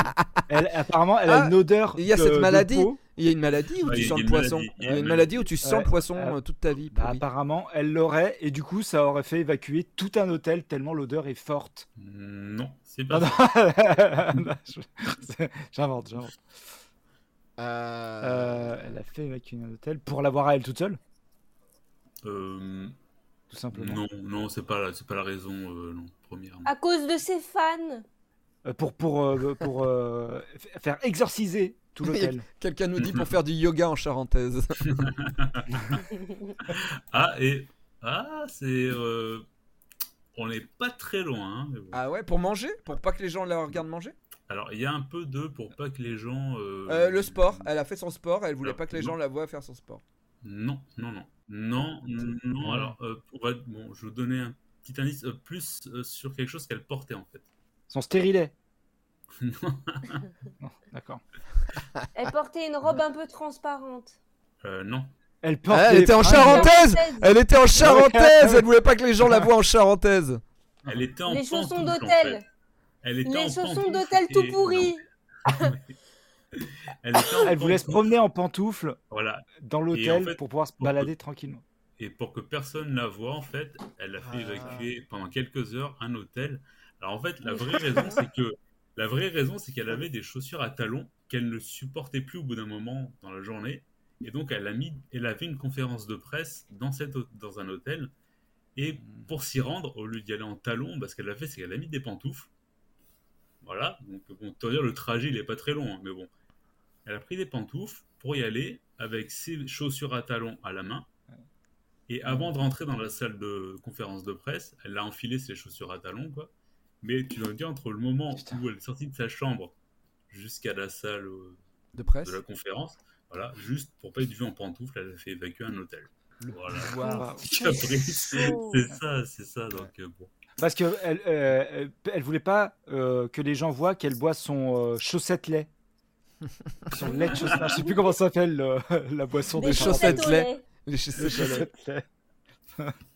[SPEAKER 4] Elle, apparemment, elle a
[SPEAKER 1] Ah,
[SPEAKER 4] une odeur.
[SPEAKER 1] il y a
[SPEAKER 4] de-
[SPEAKER 1] cette
[SPEAKER 4] de
[SPEAKER 1] maladie.
[SPEAKER 4] peau.
[SPEAKER 1] Il y a une maladie où
[SPEAKER 3] Ouais,
[SPEAKER 1] tu
[SPEAKER 3] il y a
[SPEAKER 1] sens le
[SPEAKER 3] une
[SPEAKER 1] poisson.
[SPEAKER 3] maladie,
[SPEAKER 1] Il y a une maladie où tu sens
[SPEAKER 4] Ouais.
[SPEAKER 1] le poisson
[SPEAKER 4] Ah.
[SPEAKER 1] euh, toute ta vie.
[SPEAKER 4] Bah,
[SPEAKER 1] pourri.
[SPEAKER 4] apparemment, elle l'aurait. Et du coup, ça aurait fait évacuer tout un hôtel tellement l'odeur est forte.
[SPEAKER 3] Non, c'est pas.
[SPEAKER 4] Non, non,
[SPEAKER 3] ça.
[SPEAKER 4] non, je- j'invente, j'invente. Euh, elle a fait évacuer un hôtel pour l'avoir à elle toute seule,
[SPEAKER 3] Euh,
[SPEAKER 4] tout simplement.
[SPEAKER 3] non, non, c'est pas la, c'est pas la raison euh, non, première.
[SPEAKER 2] À cause de ses fans.
[SPEAKER 4] Euh, pour pour, euh, pour euh, f- faire exorciser tout l'hôtel.
[SPEAKER 1] Quelqu'un nous dit pour faire du yoga en charentaise.
[SPEAKER 3] Ah et ah c'est euh, on n'est pas très loin. hein, mais bon.
[SPEAKER 1] ah ouais, pour manger Pour pas que les gens la regardent manger
[SPEAKER 3] Alors il y a un peu de pour pas que les gens. euh,
[SPEAKER 1] Euh, Le sport. Elle a fait son sport. Elle voulait
[SPEAKER 3] Alors,
[SPEAKER 1] pas que les
[SPEAKER 3] non.
[SPEAKER 1] gens la voient faire son sport.
[SPEAKER 3] Non, non, non, non, non. non, Alors euh, on va- bon, je vais vous donner un petit indice euh, plus euh, sur quelque chose qu'elle portait en fait.
[SPEAKER 4] Son stérilet.
[SPEAKER 3] Non.
[SPEAKER 4] Non, D'accord.
[SPEAKER 2] Elle portait une robe un peu transparente.
[SPEAKER 3] Euh, non.
[SPEAKER 4] Elle porte.
[SPEAKER 1] Ah, elle
[SPEAKER 4] des
[SPEAKER 1] était en
[SPEAKER 4] fringues-
[SPEAKER 1] charentaise
[SPEAKER 2] Charentaise.
[SPEAKER 1] Elle était en charentaise Elle voulait pas que les gens la voient en charentaise
[SPEAKER 3] Elle était en
[SPEAKER 2] Les chaussons
[SPEAKER 3] pantoufles, en
[SPEAKER 2] d'hôtel.
[SPEAKER 3] fait. Elle était en
[SPEAKER 2] Les chaussons
[SPEAKER 3] pantoufles
[SPEAKER 2] d'hôtel
[SPEAKER 3] et-
[SPEAKER 2] tout pourris.
[SPEAKER 3] Elle, était en
[SPEAKER 4] Elle voulait se
[SPEAKER 3] pantoufles.
[SPEAKER 4] promener en pantoufles
[SPEAKER 3] Voilà.
[SPEAKER 4] dans
[SPEAKER 3] en
[SPEAKER 4] l'hôtel
[SPEAKER 3] fait,
[SPEAKER 4] pour pouvoir se
[SPEAKER 3] pour que-
[SPEAKER 4] balader tranquillement.
[SPEAKER 3] Et pour que personne la voie, en fait, elle a fait
[SPEAKER 1] Ah.
[SPEAKER 3] évacuer pendant quelques heures un hôtel. Alors en fait, la vraie raison, c'est que la vraie raison, c'est qu'elle avait des chaussures à talons qu'elle ne supportait plus au bout d'un moment dans la journée. Et donc, elle a mis, elle a fait une conférence de presse dans cette, hô- dans un hôtel. Et pour s'y rendre, au lieu d'y aller en talons, bah, ce qu'elle a fait, c'est qu'elle a mis des pantoufles. Voilà. Donc, bon, te dire, le trajet, il est pas très long, hein, mais bon. Elle a pris des pantoufles pour y aller avec ses chaussures à talons à la main. Et avant de rentrer dans la salle de conférence de presse, elle a enfilé ses chaussures à talons, quoi. Mais tu vas me dire, entre le moment
[SPEAKER 4] Putain.
[SPEAKER 3] où elle est sortie de sa chambre jusqu'à la salle euh,
[SPEAKER 1] De presse
[SPEAKER 3] de la conférence, voilà, juste pour pas être vue en pantoufle, elle a fait évacuer un hôtel. Voilà.
[SPEAKER 4] Waouh.
[SPEAKER 3] Après, c'est ça, c'est ça. Donc, euh, bon.
[SPEAKER 4] Parce que elle, euh, elle, elle voulait pas euh, que les gens voient qu'elle boit son euh, chaussette lait. Son lait de chaussette. Je sais plus comment ça s'appelle le- la boisson
[SPEAKER 1] Des
[SPEAKER 4] gens.
[SPEAKER 1] chaussettes
[SPEAKER 2] au
[SPEAKER 1] lait.
[SPEAKER 2] lait.
[SPEAKER 1] Les
[SPEAKER 4] Les
[SPEAKER 1] chaussettes à lait.
[SPEAKER 4] chaussettes lait.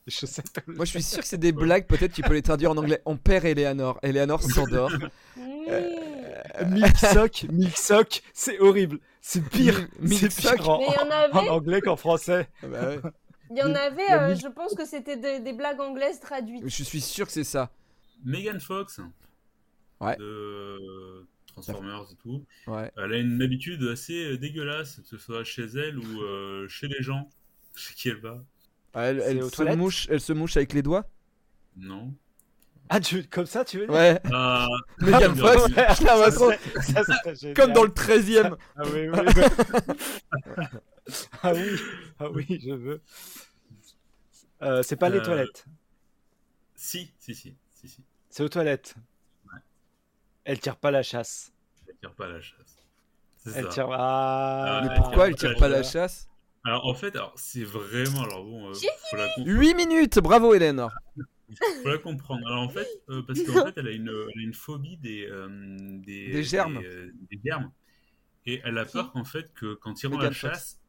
[SPEAKER 4] Les chaussettes au lait.
[SPEAKER 1] Moi je suis sûr que c'est des blagues, peut-être tu peux les traduire en anglais. On perd Eleanor. Eleanor s'endort.
[SPEAKER 2] Mmh.
[SPEAKER 4] Milk sock, milk sock, c'est horrible. C'est pire.
[SPEAKER 1] Milk
[SPEAKER 4] C'est
[SPEAKER 1] sock.
[SPEAKER 4] pire en,
[SPEAKER 2] Mais il y en
[SPEAKER 4] en
[SPEAKER 2] avait,
[SPEAKER 4] anglais qu'en français.
[SPEAKER 1] Ah bah ouais.
[SPEAKER 2] il y en avait
[SPEAKER 4] la
[SPEAKER 2] euh,
[SPEAKER 4] mille-
[SPEAKER 2] je pense que c'était des, des blagues anglaises traduites.
[SPEAKER 1] Je suis sûr que c'est ça.
[SPEAKER 3] Megan Fox,
[SPEAKER 1] Ouais.
[SPEAKER 3] de euh, Transformers et tout,
[SPEAKER 1] Ouais.
[SPEAKER 3] elle a une habitude assez euh, dégueulasse, que ce soit chez elle ou euh, chez les gens. C'est qui elle va
[SPEAKER 1] Ah, elle,
[SPEAKER 4] C'est
[SPEAKER 1] elle
[SPEAKER 4] aux
[SPEAKER 1] se
[SPEAKER 4] toilettes
[SPEAKER 1] mouche, elle se mouche avec les doigts
[SPEAKER 3] Non.
[SPEAKER 4] Ah, tu, comme ça, tu veux dire
[SPEAKER 1] Ouais,
[SPEAKER 3] Ah,
[SPEAKER 1] Megan
[SPEAKER 3] bien
[SPEAKER 1] Fox,
[SPEAKER 3] sûr.
[SPEAKER 1] je la vois
[SPEAKER 4] Ça
[SPEAKER 1] trop.
[SPEAKER 4] serait- ça serait génial.
[SPEAKER 1] Comme dans le 13 e
[SPEAKER 4] Ah oui, oui. ah oui, ah oui, je veux. Euh, c'est pas les
[SPEAKER 3] Euh.
[SPEAKER 4] toilettes,
[SPEAKER 3] si, si, si, si, si.
[SPEAKER 4] c'est aux toilettes. Elle tire pas la chasse.
[SPEAKER 3] Elle tire pas la chasse. C'est
[SPEAKER 4] Elle
[SPEAKER 3] ça.
[SPEAKER 4] tire. Ah,
[SPEAKER 3] Ah,
[SPEAKER 1] Mais
[SPEAKER 3] ouais,
[SPEAKER 1] pourquoi elle
[SPEAKER 3] tire
[SPEAKER 1] tire
[SPEAKER 3] pas
[SPEAKER 1] pas la chasse
[SPEAKER 3] Alors en fait, alors c'est vraiment alors bon, euh,
[SPEAKER 2] J'ai
[SPEAKER 3] faut, la com-
[SPEAKER 1] 8 minutes, bravo Hélène
[SPEAKER 3] faut la comprendre. Alors en fait, euh, parce qu'en fait, elle a une, elle a une phobie des euh, des,
[SPEAKER 1] Des germes.
[SPEAKER 3] des, euh, des germes. Et elle a peur qu'en fait que qu'en tirant
[SPEAKER 1] Megan
[SPEAKER 3] la
[SPEAKER 1] Fox.
[SPEAKER 3] chasse,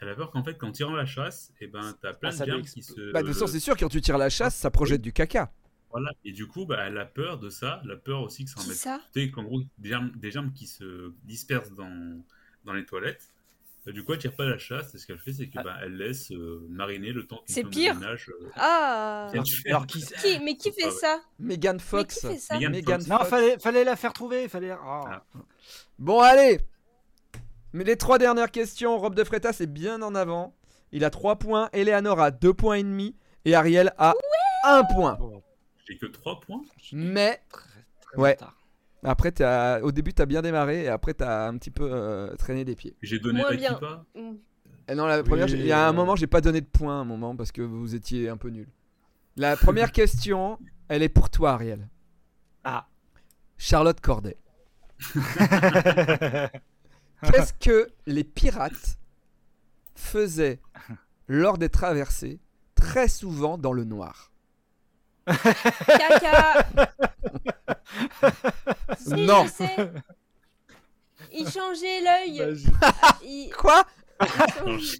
[SPEAKER 3] elle a peur qu'en fait qu'en tirant la chasse, et ben t'as plein
[SPEAKER 4] Ah, ça
[SPEAKER 3] de
[SPEAKER 4] lui
[SPEAKER 3] germes
[SPEAKER 4] exp-
[SPEAKER 3] qui se. euh,
[SPEAKER 1] Bah de toute façon c'est sûr quand tu tires la chasse ça projette du caca.
[SPEAKER 3] Voilà. Et du coup, bah elle a peur de ça, elle a peur aussi que ça en mette
[SPEAKER 2] ça
[SPEAKER 3] Tu sais qu'en gros, des germes, des germes qui se dispersent dans, dans les toilettes. Euh, Du coup, elle tire pas la chasse. Et ce qu'elle fait, c'est que bah, elle laisse euh, mariner le temps qu'une
[SPEAKER 2] Ah. C'est
[SPEAKER 3] femme de
[SPEAKER 2] pire.
[SPEAKER 3] ménage, euh,
[SPEAKER 2] Ah
[SPEAKER 3] vienne
[SPEAKER 4] Alors-
[SPEAKER 3] faire.
[SPEAKER 4] alors qui-
[SPEAKER 2] qui, Mais qui fait
[SPEAKER 3] Ah ouais.
[SPEAKER 2] ça
[SPEAKER 1] Megan
[SPEAKER 2] Mais
[SPEAKER 1] Fox.
[SPEAKER 2] qui fait ça
[SPEAKER 3] Megan
[SPEAKER 1] Megan
[SPEAKER 3] Fox.
[SPEAKER 4] Non,
[SPEAKER 1] Fox.
[SPEAKER 4] fallait, fallait la faire trouver. Fallait... ah.
[SPEAKER 3] Ah.
[SPEAKER 1] Bon allez Mais les trois dernières questions, Rob de Freitas est bien en avant. Il a 3 points, Eleanor a 2 points et demi et Ariel a 1 point.
[SPEAKER 3] J'ai que 3 points.
[SPEAKER 1] Mais
[SPEAKER 4] Très, Hmm. très
[SPEAKER 1] Ouais.
[SPEAKER 4] tard.
[SPEAKER 1] après t'as- au début t'as bien démarré et après t'as un petit peu euh, traîné des pieds.
[SPEAKER 3] J'ai donné
[SPEAKER 2] Moins
[SPEAKER 3] à
[SPEAKER 2] bien.
[SPEAKER 3] qui pas
[SPEAKER 2] Mm.
[SPEAKER 1] Et non la première,
[SPEAKER 4] Oui,
[SPEAKER 1] j'ai- il y a un
[SPEAKER 4] euh.
[SPEAKER 1] moment j'ai pas donné de points à un moment parce que vous étiez un peu nul. La première question, elle est pour toi Ariel.
[SPEAKER 4] Ah.
[SPEAKER 1] Charlotte Corday. Qu'est-ce que les pirates faisaient lors des traversées très souvent dans le noir
[SPEAKER 2] Caca Si,
[SPEAKER 1] Non.
[SPEAKER 2] je sais. Il changeait l'œil.
[SPEAKER 4] Vas-y.
[SPEAKER 2] Il-
[SPEAKER 1] Quoi
[SPEAKER 3] Non, je-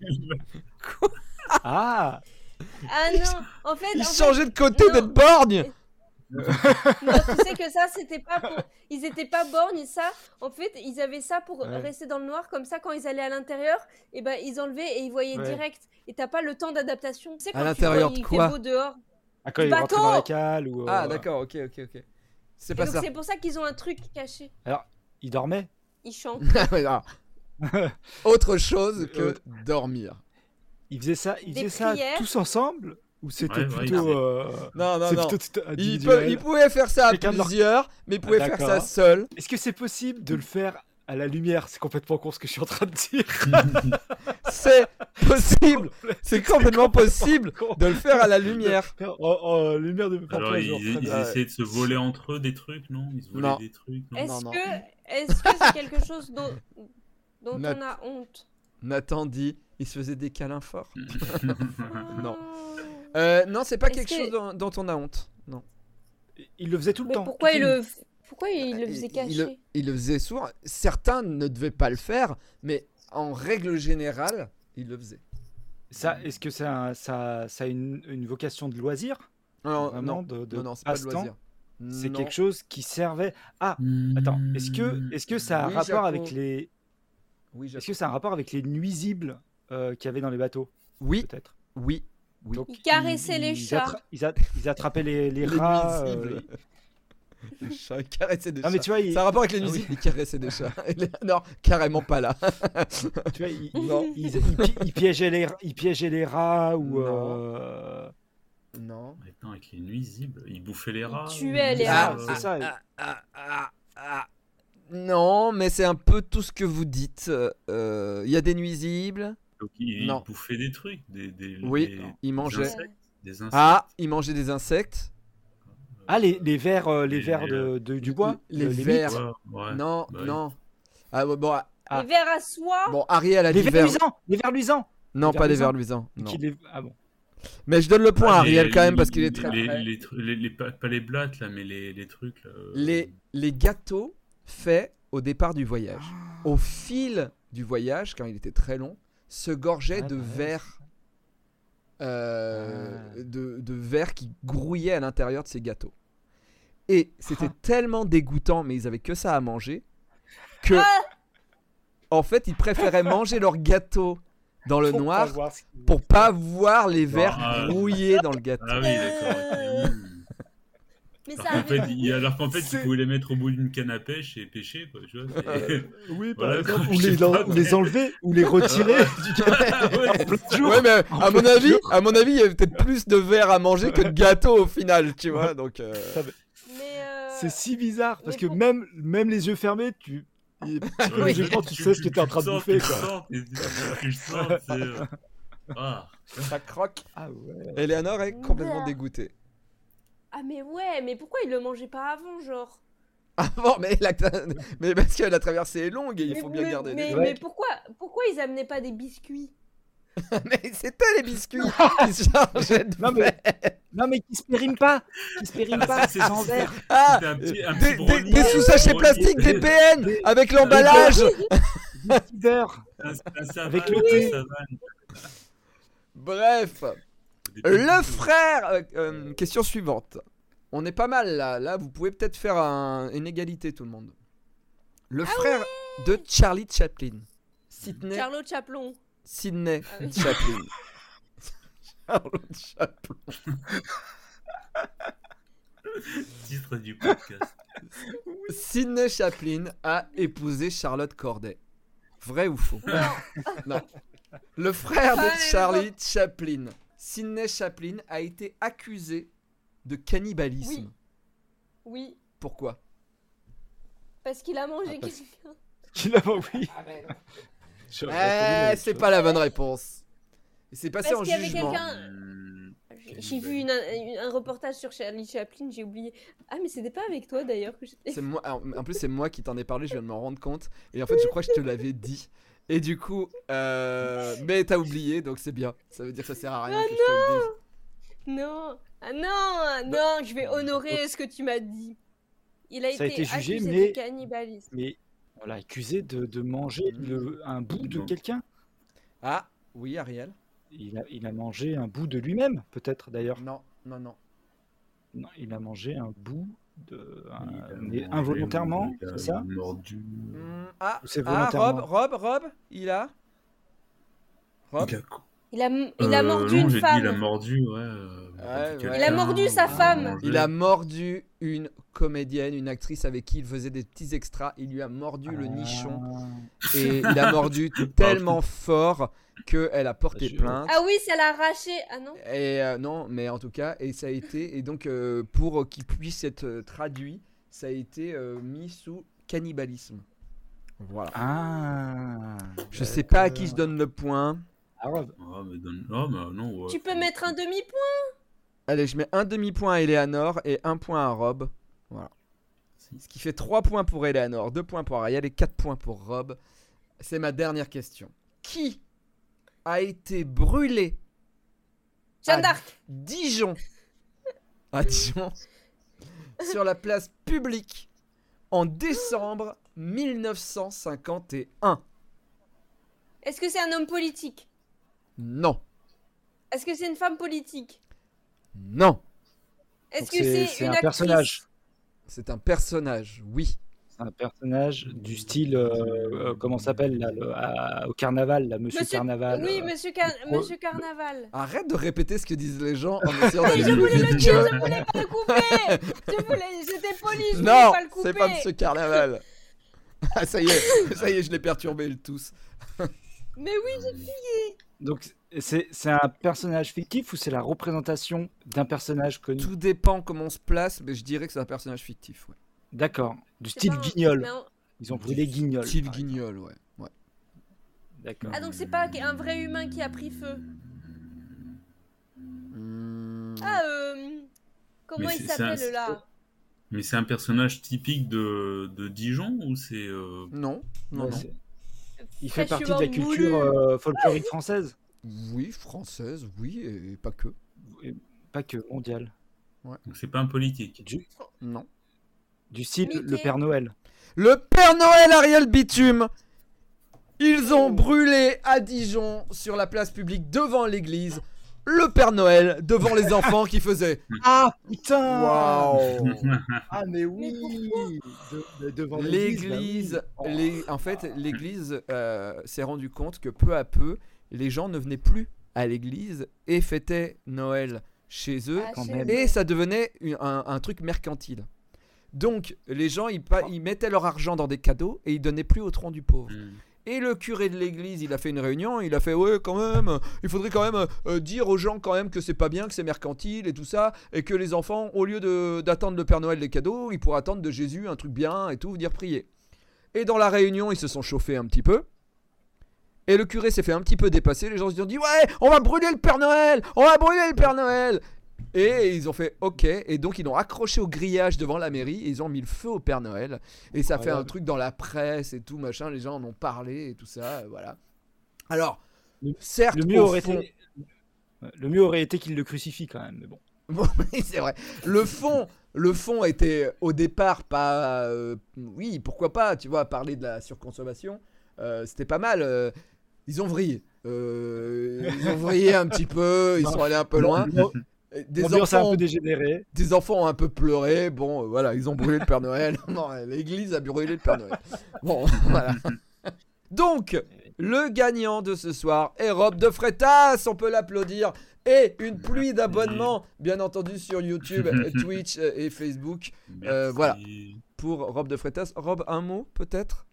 [SPEAKER 4] ah.
[SPEAKER 2] Ah non, en fait,
[SPEAKER 1] Ils
[SPEAKER 2] en fait,
[SPEAKER 1] changeaient de côté
[SPEAKER 2] non.
[SPEAKER 1] d'être borgne
[SPEAKER 2] non, tu sais que ça, c'était pas pour... Ils étaient pas bornes et ça, en fait, ils avaient ça pour
[SPEAKER 4] Ouais.
[SPEAKER 2] rester dans le noir, comme ça, quand ils allaient à l'intérieur, et ben ils enlevaient et ils voyaient
[SPEAKER 4] Ouais.
[SPEAKER 2] direct. Et t'as pas le temps d'adaptation. Tu sais,
[SPEAKER 1] À
[SPEAKER 2] quand tu-
[SPEAKER 1] l'intérieur
[SPEAKER 2] quand
[SPEAKER 1] de
[SPEAKER 2] il
[SPEAKER 1] quoi
[SPEAKER 2] fait beau dehors.
[SPEAKER 4] Ah, quand il
[SPEAKER 2] Bateau
[SPEAKER 4] rentre dans la cale ou. euh,
[SPEAKER 1] Ah d'accord, ok, ok, ok. C'est
[SPEAKER 2] Et
[SPEAKER 1] pas
[SPEAKER 2] donc,
[SPEAKER 1] ça.
[SPEAKER 2] c'est pour ça qu'ils ont un truc caché.
[SPEAKER 4] Il dormait.
[SPEAKER 2] Ils chantent.
[SPEAKER 1] Ah ouais, non. Autre chose que dormir.
[SPEAKER 4] Ils faisaient ça, ils
[SPEAKER 2] Des
[SPEAKER 4] faisaient ça
[SPEAKER 2] prières.
[SPEAKER 4] tous ensemble ou c'était
[SPEAKER 3] Ouais, ouais,
[SPEAKER 4] plutôt.
[SPEAKER 3] ils-
[SPEAKER 4] euh,
[SPEAKER 1] Non, non,
[SPEAKER 4] c'est
[SPEAKER 1] non.
[SPEAKER 4] plutôt- plutôt
[SPEAKER 1] Ils,
[SPEAKER 4] individuel
[SPEAKER 1] peuvent- ils pouvaient faire ça à
[SPEAKER 4] Chacun de leur- Ah,
[SPEAKER 1] plusieurs, mais ils pouvaient faire ça
[SPEAKER 4] d'accord.
[SPEAKER 1] seul.
[SPEAKER 4] Est-ce que c'est possible de le faire à la lumière C'est complètement con ce que je suis en train de dire.
[SPEAKER 1] C'est possible, c'est complètement possible
[SPEAKER 4] con.
[SPEAKER 1] de le faire à la lumière.
[SPEAKER 4] En, en Oh, lumière de
[SPEAKER 3] Alors, ils, ils
[SPEAKER 4] Très bien.
[SPEAKER 3] essayaient de se voler entre eux des trucs, non Ils se volaient
[SPEAKER 1] Ah Non.
[SPEAKER 3] des trucs, non
[SPEAKER 1] non,
[SPEAKER 2] Est-ce
[SPEAKER 1] non.
[SPEAKER 2] que est -ce que c'est quelque chose dont, dont
[SPEAKER 1] Note.
[SPEAKER 2] on a honte
[SPEAKER 1] Nathan dit, il se faisait des câlins forts. Non.
[SPEAKER 2] Oh.
[SPEAKER 1] Euh, non, c'est pas
[SPEAKER 2] Est-ce
[SPEAKER 1] quelque chose
[SPEAKER 2] que-
[SPEAKER 1] dont, dont on a honte. Non.
[SPEAKER 4] Ils le faisaient tout le
[SPEAKER 2] Mais
[SPEAKER 4] temps.
[SPEAKER 2] pourquoi
[SPEAKER 4] toute
[SPEAKER 2] il
[SPEAKER 4] une-
[SPEAKER 2] le, f- pourquoi il le faisait
[SPEAKER 1] Ah, Il-
[SPEAKER 2] caché
[SPEAKER 1] il le- il le faisait souvent. Certains ne devaient pas le faire, mais en règle générale, ils le faisaient.
[SPEAKER 4] Ça, est-ce que c'est un- ça, ça a une, une vocation de loisir
[SPEAKER 1] Non,
[SPEAKER 4] Vraiment,
[SPEAKER 1] Euh, non,
[SPEAKER 4] de, de
[SPEAKER 1] non, non, c'est pas de
[SPEAKER 4] passe-temps
[SPEAKER 1] loisir.
[SPEAKER 4] C'est
[SPEAKER 1] Non.
[SPEAKER 4] quelque chose qui servait. Ah, attends. Est-ce que, est-ce que ça a un
[SPEAKER 1] Oui,
[SPEAKER 4] rapport
[SPEAKER 1] Jaco.
[SPEAKER 4] avec les,
[SPEAKER 1] Oui, Jaco.
[SPEAKER 4] est-ce que ça a un rapport avec les nuisibles euh, qu'il y avait dans les bateaux
[SPEAKER 1] oui,
[SPEAKER 4] Peut-être.
[SPEAKER 1] oui. Oui.
[SPEAKER 4] Donc,
[SPEAKER 2] Ils caressaient les
[SPEAKER 4] ils
[SPEAKER 2] chats.
[SPEAKER 4] attra- ils, a- ils attrapaient les, les
[SPEAKER 1] Les
[SPEAKER 4] rats. euh,
[SPEAKER 1] nuisibles. Les chats, ils caressaient des
[SPEAKER 4] Non, mais
[SPEAKER 1] chats.
[SPEAKER 4] tu vois, ils,
[SPEAKER 1] Ça a un rapport avec les
[SPEAKER 4] Ah oui.
[SPEAKER 1] musiques, ils caressaient des chats. non, carrément pas là.
[SPEAKER 4] tu vois, ils,
[SPEAKER 1] Non.
[SPEAKER 4] ils- ils pi- ils piégeaient, les, ils piégeaient les rats ou.
[SPEAKER 1] Non.
[SPEAKER 4] euh,
[SPEAKER 1] Non.
[SPEAKER 3] Attends, avec les nuisibles, ils bouffaient les rats.
[SPEAKER 2] tuaient
[SPEAKER 3] ou-
[SPEAKER 2] les
[SPEAKER 4] Ah,
[SPEAKER 2] rats.
[SPEAKER 4] c'est ça.
[SPEAKER 1] ah, Non, mais c'est un peu tout ce que vous dites. Euh, euh, Il y a des nuisibles.
[SPEAKER 3] Donc, ils
[SPEAKER 1] Non.
[SPEAKER 3] bouffaient des trucs, des, des,
[SPEAKER 1] Oui,
[SPEAKER 3] des-
[SPEAKER 1] ils
[SPEAKER 3] Des
[SPEAKER 1] mangeaient.
[SPEAKER 3] insectes, des insectes.
[SPEAKER 1] Ah, ils mangeaient des insectes.
[SPEAKER 4] Ah, les, les vers, euh, les
[SPEAKER 3] Les-
[SPEAKER 4] vers de, de- du bois
[SPEAKER 1] les
[SPEAKER 4] euh,
[SPEAKER 1] vers.
[SPEAKER 4] mythes.
[SPEAKER 3] Ouais, ouais.
[SPEAKER 1] non,
[SPEAKER 3] bah oui.
[SPEAKER 1] non. Ah, bon, bon, ah,
[SPEAKER 4] Ah.
[SPEAKER 2] Les vers à soie
[SPEAKER 1] bon, Ariel a
[SPEAKER 4] Les
[SPEAKER 1] dit
[SPEAKER 4] vers
[SPEAKER 1] vers.
[SPEAKER 4] luisants Les vers luisants
[SPEAKER 1] Non,
[SPEAKER 4] Les
[SPEAKER 1] pas des
[SPEAKER 4] vers
[SPEAKER 1] vers luisants. non.
[SPEAKER 4] qui les- Ah bon.
[SPEAKER 1] Mais je donne le point à
[SPEAKER 3] Ah, les-
[SPEAKER 1] Ariel quand même
[SPEAKER 3] les-
[SPEAKER 1] parce qu'il est
[SPEAKER 3] les-
[SPEAKER 1] très
[SPEAKER 3] les,
[SPEAKER 1] près.
[SPEAKER 3] les tru- les- les- pas, pas les blattes là, mais les, les trucs. Là, euh,
[SPEAKER 1] les, les gâteaux faits au départ du voyage.
[SPEAKER 4] Ah.
[SPEAKER 1] Au fil du voyage, quand il était très long, se gorgeaient
[SPEAKER 4] Ah,
[SPEAKER 1] de
[SPEAKER 4] bah ouais,
[SPEAKER 1] verre. euh,
[SPEAKER 4] Ah.
[SPEAKER 1] de, de verre qui grouillait à l'intérieur de ces gâteaux. Et c'était
[SPEAKER 4] Ah.
[SPEAKER 1] tellement dégoûtant, mais ils avaient que ça à manger, que
[SPEAKER 4] Ah.
[SPEAKER 1] en fait, ils préféraient manger leur gâteau dans le
[SPEAKER 4] Faut pas
[SPEAKER 1] noir
[SPEAKER 4] voir ce qu'ils-
[SPEAKER 1] pour pas voir les verres
[SPEAKER 3] Ah.
[SPEAKER 1] grouiller dans le gâteau.
[SPEAKER 3] Ah oui, d'accord. ok. Mm.
[SPEAKER 2] Mais Euh, ça
[SPEAKER 3] Alors qu'en
[SPEAKER 2] arrive.
[SPEAKER 3] fait, il- alors qu'en fait,
[SPEAKER 1] C'est-
[SPEAKER 3] ils pouvaient les mettre au bout d'une canne à pêche et pêcher, quoi, tu vois. c'est-
[SPEAKER 4] Oui,
[SPEAKER 3] par Voilà, exemple,
[SPEAKER 4] ou
[SPEAKER 3] bah, je
[SPEAKER 4] les,
[SPEAKER 3] sais pas,
[SPEAKER 4] en- ou les
[SPEAKER 3] mais-
[SPEAKER 4] enlever, ou les retirer du
[SPEAKER 3] Ah ouais.
[SPEAKER 4] jour.
[SPEAKER 1] Ouais, mais euh,
[SPEAKER 4] En
[SPEAKER 1] à mon
[SPEAKER 4] plein
[SPEAKER 1] avis,
[SPEAKER 4] jour.
[SPEAKER 1] à mon avis, il y avait peut-être plus de verre à manger que de gâteau au final, tu vois. Donc, euh,
[SPEAKER 2] Mais euh,
[SPEAKER 4] C'est si bizarre, parce
[SPEAKER 2] Mais
[SPEAKER 4] que
[SPEAKER 2] pour-
[SPEAKER 4] même, même les yeux fermés, tu. il- psychologiquement, tu sais ce que t'es en train de
[SPEAKER 3] sens,
[SPEAKER 4] bouffer,
[SPEAKER 3] Tu
[SPEAKER 4] quoi.
[SPEAKER 3] le sens, tu- tu le sens, c'est, euh, ah.
[SPEAKER 1] ça croque.
[SPEAKER 4] Ah ouais.
[SPEAKER 1] Eleanor est complètement
[SPEAKER 2] Bleh.
[SPEAKER 1] dégoûtée.
[SPEAKER 2] ah mais ouais, mais pourquoi il le mangeait pas avant, genre
[SPEAKER 1] Avant, Ah mais, la... mais parce que la traversée est longue et il
[SPEAKER 2] mais,
[SPEAKER 1] faut bien
[SPEAKER 2] mais-
[SPEAKER 1] garder.
[SPEAKER 2] Mais,
[SPEAKER 1] les-
[SPEAKER 2] mais pourquoi, pourquoi ils amenaient pas des biscuits
[SPEAKER 1] Mais c'était les biscuits qui se chargeaient de
[SPEAKER 4] Non, mais-
[SPEAKER 1] verre.
[SPEAKER 4] Non, mais qui se périment pas Qui se périment pas,
[SPEAKER 3] C'est-
[SPEAKER 4] Ah, c'est en
[SPEAKER 3] c'est-
[SPEAKER 4] verre.
[SPEAKER 1] Ah,
[SPEAKER 3] C'était un petit- un
[SPEAKER 1] des,
[SPEAKER 3] petit
[SPEAKER 1] des-
[SPEAKER 3] brownie,
[SPEAKER 1] des
[SPEAKER 3] un
[SPEAKER 1] sous-sachets
[SPEAKER 3] brownie.
[SPEAKER 1] plastiques, des PN avec l'emballage.
[SPEAKER 4] Des petits verres.
[SPEAKER 3] Un- un savane,
[SPEAKER 4] Avec
[SPEAKER 3] un
[SPEAKER 4] le thé.
[SPEAKER 3] savane,
[SPEAKER 1] Bref, le
[SPEAKER 3] des petits-
[SPEAKER 1] frère. euh, euh, question suivante. On est pas mal là. Là, vous pouvez peut-être faire un- une égalité, tout le monde.
[SPEAKER 2] Ah
[SPEAKER 1] Le frère de Charlie Chaplin, Sidney,
[SPEAKER 2] Charlot Chaplon.
[SPEAKER 1] Sidney
[SPEAKER 2] Ah oui.
[SPEAKER 1] Chaplin. Charlotte Chaplin.
[SPEAKER 3] titre du
[SPEAKER 4] Euh,
[SPEAKER 3] podcast.
[SPEAKER 1] Sidney Chaplin a épousé Charlotte Corday. Vrai ou faux Non. Le frère de
[SPEAKER 2] Allez,
[SPEAKER 1] Charlie Chaplin, Sidney Chaplin, a été accusé de cannibalisme.
[SPEAKER 2] Oui. Oui,
[SPEAKER 1] Pourquoi
[SPEAKER 2] parce qu'il a mangé
[SPEAKER 1] Ah, parce-
[SPEAKER 2] quelqu'un.
[SPEAKER 4] Qu'il a oui.
[SPEAKER 1] Eh, c'est pas la bonne réponse. Et c'est passé
[SPEAKER 2] Parce
[SPEAKER 1] en
[SPEAKER 2] qu'il y avait
[SPEAKER 1] jugement.
[SPEAKER 2] quelqu'un.
[SPEAKER 3] Hum,
[SPEAKER 2] J'ai j'ai vu une- une- un reportage sur Charlie Chaplin, j'ai oublié. Ah mais c'était pas avec toi d'ailleurs que j'étais.
[SPEAKER 1] C'est moi. alors, En plus, c'est moi qui t'en ai parlé. Je viens de m'en rendre compte. Et en fait, je crois que je te l'avais dit. Et du coup, euh, mais t'as oublié, donc c'est bien. Ça veut dire que ça sert à rien
[SPEAKER 2] Ah
[SPEAKER 1] que je te le dise.
[SPEAKER 2] Non, ah non,
[SPEAKER 1] Bah,
[SPEAKER 2] non, je vais honorer ce que tu m'as dit. Il a
[SPEAKER 4] Ça a
[SPEAKER 2] été,
[SPEAKER 4] été jugé,
[SPEAKER 2] accusé
[SPEAKER 4] mais-
[SPEAKER 2] de cannibalisme.
[SPEAKER 4] Mais on l'a accusé de, de manger
[SPEAKER 1] Mm.
[SPEAKER 4] le- un bout de
[SPEAKER 3] Non.
[SPEAKER 4] quelqu'un.
[SPEAKER 1] Ah, oui, Ariel.
[SPEAKER 4] Il a, il a mangé un bout de lui-même, peut-être d'ailleurs.
[SPEAKER 1] Non, non, non.
[SPEAKER 4] Non, il a mangé un bout de. un-
[SPEAKER 3] il a
[SPEAKER 4] mais
[SPEAKER 3] mangé,
[SPEAKER 4] involontairement,
[SPEAKER 3] il a
[SPEAKER 4] c'est ça
[SPEAKER 3] mordu.
[SPEAKER 1] Hmm, ah,
[SPEAKER 4] Ou c'est
[SPEAKER 1] ah, Rob,
[SPEAKER 4] volontairement
[SPEAKER 1] Rob, Rob, il a. Rob.
[SPEAKER 3] Il a-
[SPEAKER 2] Il a, il a
[SPEAKER 3] Euh,
[SPEAKER 2] mordu
[SPEAKER 3] non,
[SPEAKER 2] une
[SPEAKER 3] j'ai dit,
[SPEAKER 2] femme.
[SPEAKER 3] Il a mordu, ouais. euh,
[SPEAKER 1] Ouais,
[SPEAKER 3] quelqu'un,
[SPEAKER 1] ouais.
[SPEAKER 2] Il a mordu sa femme.
[SPEAKER 3] mangé.
[SPEAKER 1] Il a mordu une comédienne, une actrice avec qui il faisait des petits extras. Il lui a mordu
[SPEAKER 4] Ah.
[SPEAKER 1] le nichon. et il a mordu tellement fort que elle a porté
[SPEAKER 4] Bah, Je-
[SPEAKER 1] plainte.
[SPEAKER 2] Ah oui, ça l'a arraché. Ah non.
[SPEAKER 1] Et euh, non, mais en tout cas, et ça a été et donc euh, pour qu'il puisse être euh, traduit, ça a été euh, mis sous cannibalisme. Voilà.
[SPEAKER 4] Ah
[SPEAKER 1] Je sais pas à qui je donne le point.
[SPEAKER 4] Ah, Rob.
[SPEAKER 3] Oh, mais donne- oh, mais non, ouais.
[SPEAKER 2] Tu peux mettre un demi-point.
[SPEAKER 1] Allez, je mets un demi-point à Eleanor et un point à Rob. Voilà. Ce qui fait 3 points pour Eleanor, 2 points pour Ariel et 4 points pour Rob. C'est ma dernière question. Qui a été brûlé
[SPEAKER 2] Jeanne
[SPEAKER 1] Ah,
[SPEAKER 2] d'Arc.
[SPEAKER 1] Dijon. À Dijon. sur la place publique en décembre 1951.
[SPEAKER 2] Est-ce que c'est un homme politique
[SPEAKER 1] Non.
[SPEAKER 2] Est-ce que c'est une femme politique
[SPEAKER 1] Non.
[SPEAKER 2] Est-ce
[SPEAKER 4] Donc
[SPEAKER 2] que c'est
[SPEAKER 4] c'est- c'est
[SPEAKER 2] une
[SPEAKER 4] un
[SPEAKER 2] actrice
[SPEAKER 4] personnage.
[SPEAKER 1] C'est un personnage, oui.
[SPEAKER 4] C'est un personnage du style. euh, euh, comment ça s'appelle là, le- à- Au carnaval, là, Monsieur,
[SPEAKER 2] Monsieur-
[SPEAKER 4] Carnaval.
[SPEAKER 2] Oui,
[SPEAKER 4] euh,
[SPEAKER 2] monsieur, Car-
[SPEAKER 4] pro-
[SPEAKER 2] monsieur Carnaval.
[SPEAKER 1] Arrête de répéter ce que disent les gens en essayant d'aller
[SPEAKER 2] Je
[SPEAKER 1] plus
[SPEAKER 2] voulais le
[SPEAKER 1] vite
[SPEAKER 2] dire,
[SPEAKER 1] que-
[SPEAKER 2] je voulais pas le couper. Je voulais, j'étais poli, je voulais
[SPEAKER 1] Non,
[SPEAKER 2] pas le couper.
[SPEAKER 1] c'est pas Monsieur Carnaval. Ah, ça y est, ça y est, je l'ai perturbé le tous.
[SPEAKER 2] Mais oui, j'ai crié.
[SPEAKER 4] Donc, c'est c'est un personnage fictif ou c'est la représentation d'un personnage connu
[SPEAKER 1] Tout dépend comment on se place, mais je dirais que c'est un personnage fictif. Ouais.
[SPEAKER 4] D'accord. Du
[SPEAKER 2] C'est
[SPEAKER 4] style
[SPEAKER 2] pas un-
[SPEAKER 4] guignol.
[SPEAKER 2] Non.
[SPEAKER 4] Ils ont brûlé guignol.
[SPEAKER 1] Style
[SPEAKER 4] par
[SPEAKER 1] Guignol, ouais. ouais.
[SPEAKER 4] exemple. D'accord.
[SPEAKER 2] Ah donc c'est pas un vrai humain qui a pris feu.
[SPEAKER 1] Hmm.
[SPEAKER 2] Ah euh, comment
[SPEAKER 3] Mais
[SPEAKER 2] il
[SPEAKER 3] c'est- c'est un-
[SPEAKER 2] s'appelle là
[SPEAKER 3] Mais c'est un personnage typique de, de Dijon ou c'est. euh,
[SPEAKER 1] Non, non,
[SPEAKER 4] Ouais,
[SPEAKER 1] non.
[SPEAKER 4] c'est- Il fait
[SPEAKER 2] Fraîchement
[SPEAKER 4] partie de la culture euh, folklorique française,
[SPEAKER 1] Oui, française, oui, et pas que.
[SPEAKER 4] Et pas que mondiale.
[SPEAKER 3] donc c'est pas un politique.
[SPEAKER 4] Du,
[SPEAKER 1] Non.
[SPEAKER 4] du style le
[SPEAKER 2] Mickey.
[SPEAKER 4] Père Noël.
[SPEAKER 1] Le Père Noël Ariel Bitume Ils ont brûlé à Dijon, sur la place publique, devant l'église, le Père Noël, devant les enfants qui faisaient.
[SPEAKER 4] Ah putain
[SPEAKER 1] Waouh
[SPEAKER 4] Ah mais
[SPEAKER 2] oui
[SPEAKER 4] De- de- devant
[SPEAKER 1] L'église,
[SPEAKER 4] bah oui.
[SPEAKER 1] les- en fait, l'église euh, s'est rendue compte que peu à peu, les gens ne venaient plus à l'église et fêtaient Noël chez eux.
[SPEAKER 2] Ah,
[SPEAKER 4] quand
[SPEAKER 2] chez
[SPEAKER 4] même.
[SPEAKER 2] eux.
[SPEAKER 1] Et ça devenait une- un, un truc mercantile. Donc, les gens, ils, pa- ils mettaient leur argent dans des cadeaux et ils donnaient plus au tronc du pauvre.
[SPEAKER 3] Hmm.
[SPEAKER 1] Et le curé de l'église, il a fait une réunion, il a fait ouais quand même, euh, il faudrait quand même euh, euh, dire aux gens quand même que c'est pas bien, que c'est mercantile et tout ça, et que les enfants, au lieu de- d'attendre le Père Noël des cadeaux, ils pourraient attendre de Jésus un truc bien et tout, venir prier. Et dans la réunion, ils se sont chauffés un petit peu. Et le curé s'est fait un petit peu dépasser, les gens se sont dit ouais, on va brûler le Père Noël, on va brûler le Père Noël. Et ils ont fait OK, et donc ils l'ont accroché au grillage devant la mairie, et ils ont mis le feu au Père Noël. Et ça fait un
[SPEAKER 4] Incroyable.
[SPEAKER 1] truc dans la presse et tout, machin. Les gens en ont parlé et tout ça, euh, voilà. Alors,
[SPEAKER 4] Le-
[SPEAKER 1] certes,
[SPEAKER 4] Le mieux
[SPEAKER 1] au
[SPEAKER 4] aurait
[SPEAKER 1] fond-
[SPEAKER 4] été. Le mieux aurait été qu'il le crucifie quand même, mais bon.
[SPEAKER 1] Bon, oui, c'est vrai. Le fond, le fond était euh, au départ pas. euh, oui, pourquoi pas, tu vois, parler de la surconsommation. euh, C'était pas mal. euh, ils ont vrillé. Euh, ils ont vrillé un petit peu, ils
[SPEAKER 4] Non.
[SPEAKER 1] sont allés un peu loin.
[SPEAKER 4] L'ambiance-
[SPEAKER 1] Des
[SPEAKER 4] L'ambiance a
[SPEAKER 1] enfants,
[SPEAKER 4] un peu dégénéré.
[SPEAKER 1] des enfants ont un peu pleuré. Bon, euh, voilà, ils ont brûlé le Père Noël. Non, l'église a brûlé le Père Noël. Bon, voilà. Donc, le gagnant de ce soir est Rob de Fretas, on peut l'applaudir. Et une pluie d'abonnements, bien entendu, sur YouTube, Twitch euh, et Facebook Euh,
[SPEAKER 3] Merci.
[SPEAKER 1] voilà. pour Rob de Fretas. Rob, un mot peut-être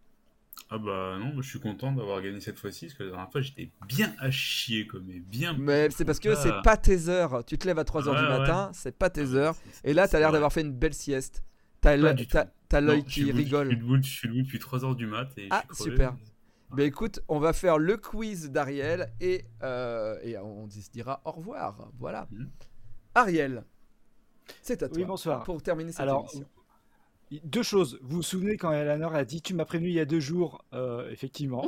[SPEAKER 3] Ah bah non, moi, je suis content d'avoir gagné cette fois-ci, parce que la dernière fois j'étais bien à chier, comme mais bien.
[SPEAKER 1] Mais c'est parce que
[SPEAKER 3] Ah.
[SPEAKER 1] c'est pas tes heures. Tu te lèves à 3h du
[SPEAKER 3] Ouais, ouais.
[SPEAKER 1] matin, c'est pas tes heures.
[SPEAKER 3] C'est-
[SPEAKER 1] Et là, t'as
[SPEAKER 3] c'est
[SPEAKER 1] l'air
[SPEAKER 3] vrai.
[SPEAKER 1] d'avoir fait une belle sieste. T'as
[SPEAKER 3] Pas
[SPEAKER 1] l'œil
[SPEAKER 3] du
[SPEAKER 1] t'as-
[SPEAKER 3] tout.
[SPEAKER 1] t'as l'œil
[SPEAKER 3] Non, je suis
[SPEAKER 1] qui
[SPEAKER 3] debout- Je
[SPEAKER 1] rigole.
[SPEAKER 3] suis debout, je suis debout depuis 3h du mat et
[SPEAKER 1] Ah,
[SPEAKER 3] je suis crevé.
[SPEAKER 1] super. Bah écoute, on va faire le quiz d'Ariel et, euh, et on on se dira au revoir. Voilà.
[SPEAKER 3] Mhm.
[SPEAKER 1] Ariel, c'est à toi
[SPEAKER 4] Oui, bonsoir.
[SPEAKER 1] pour terminer cette
[SPEAKER 4] Alors,
[SPEAKER 1] émission.
[SPEAKER 4] Deux choses. Vous vous souvenez quand Eleanor a dit Tu m'as prévenu il y a deux jours, euh, effectivement,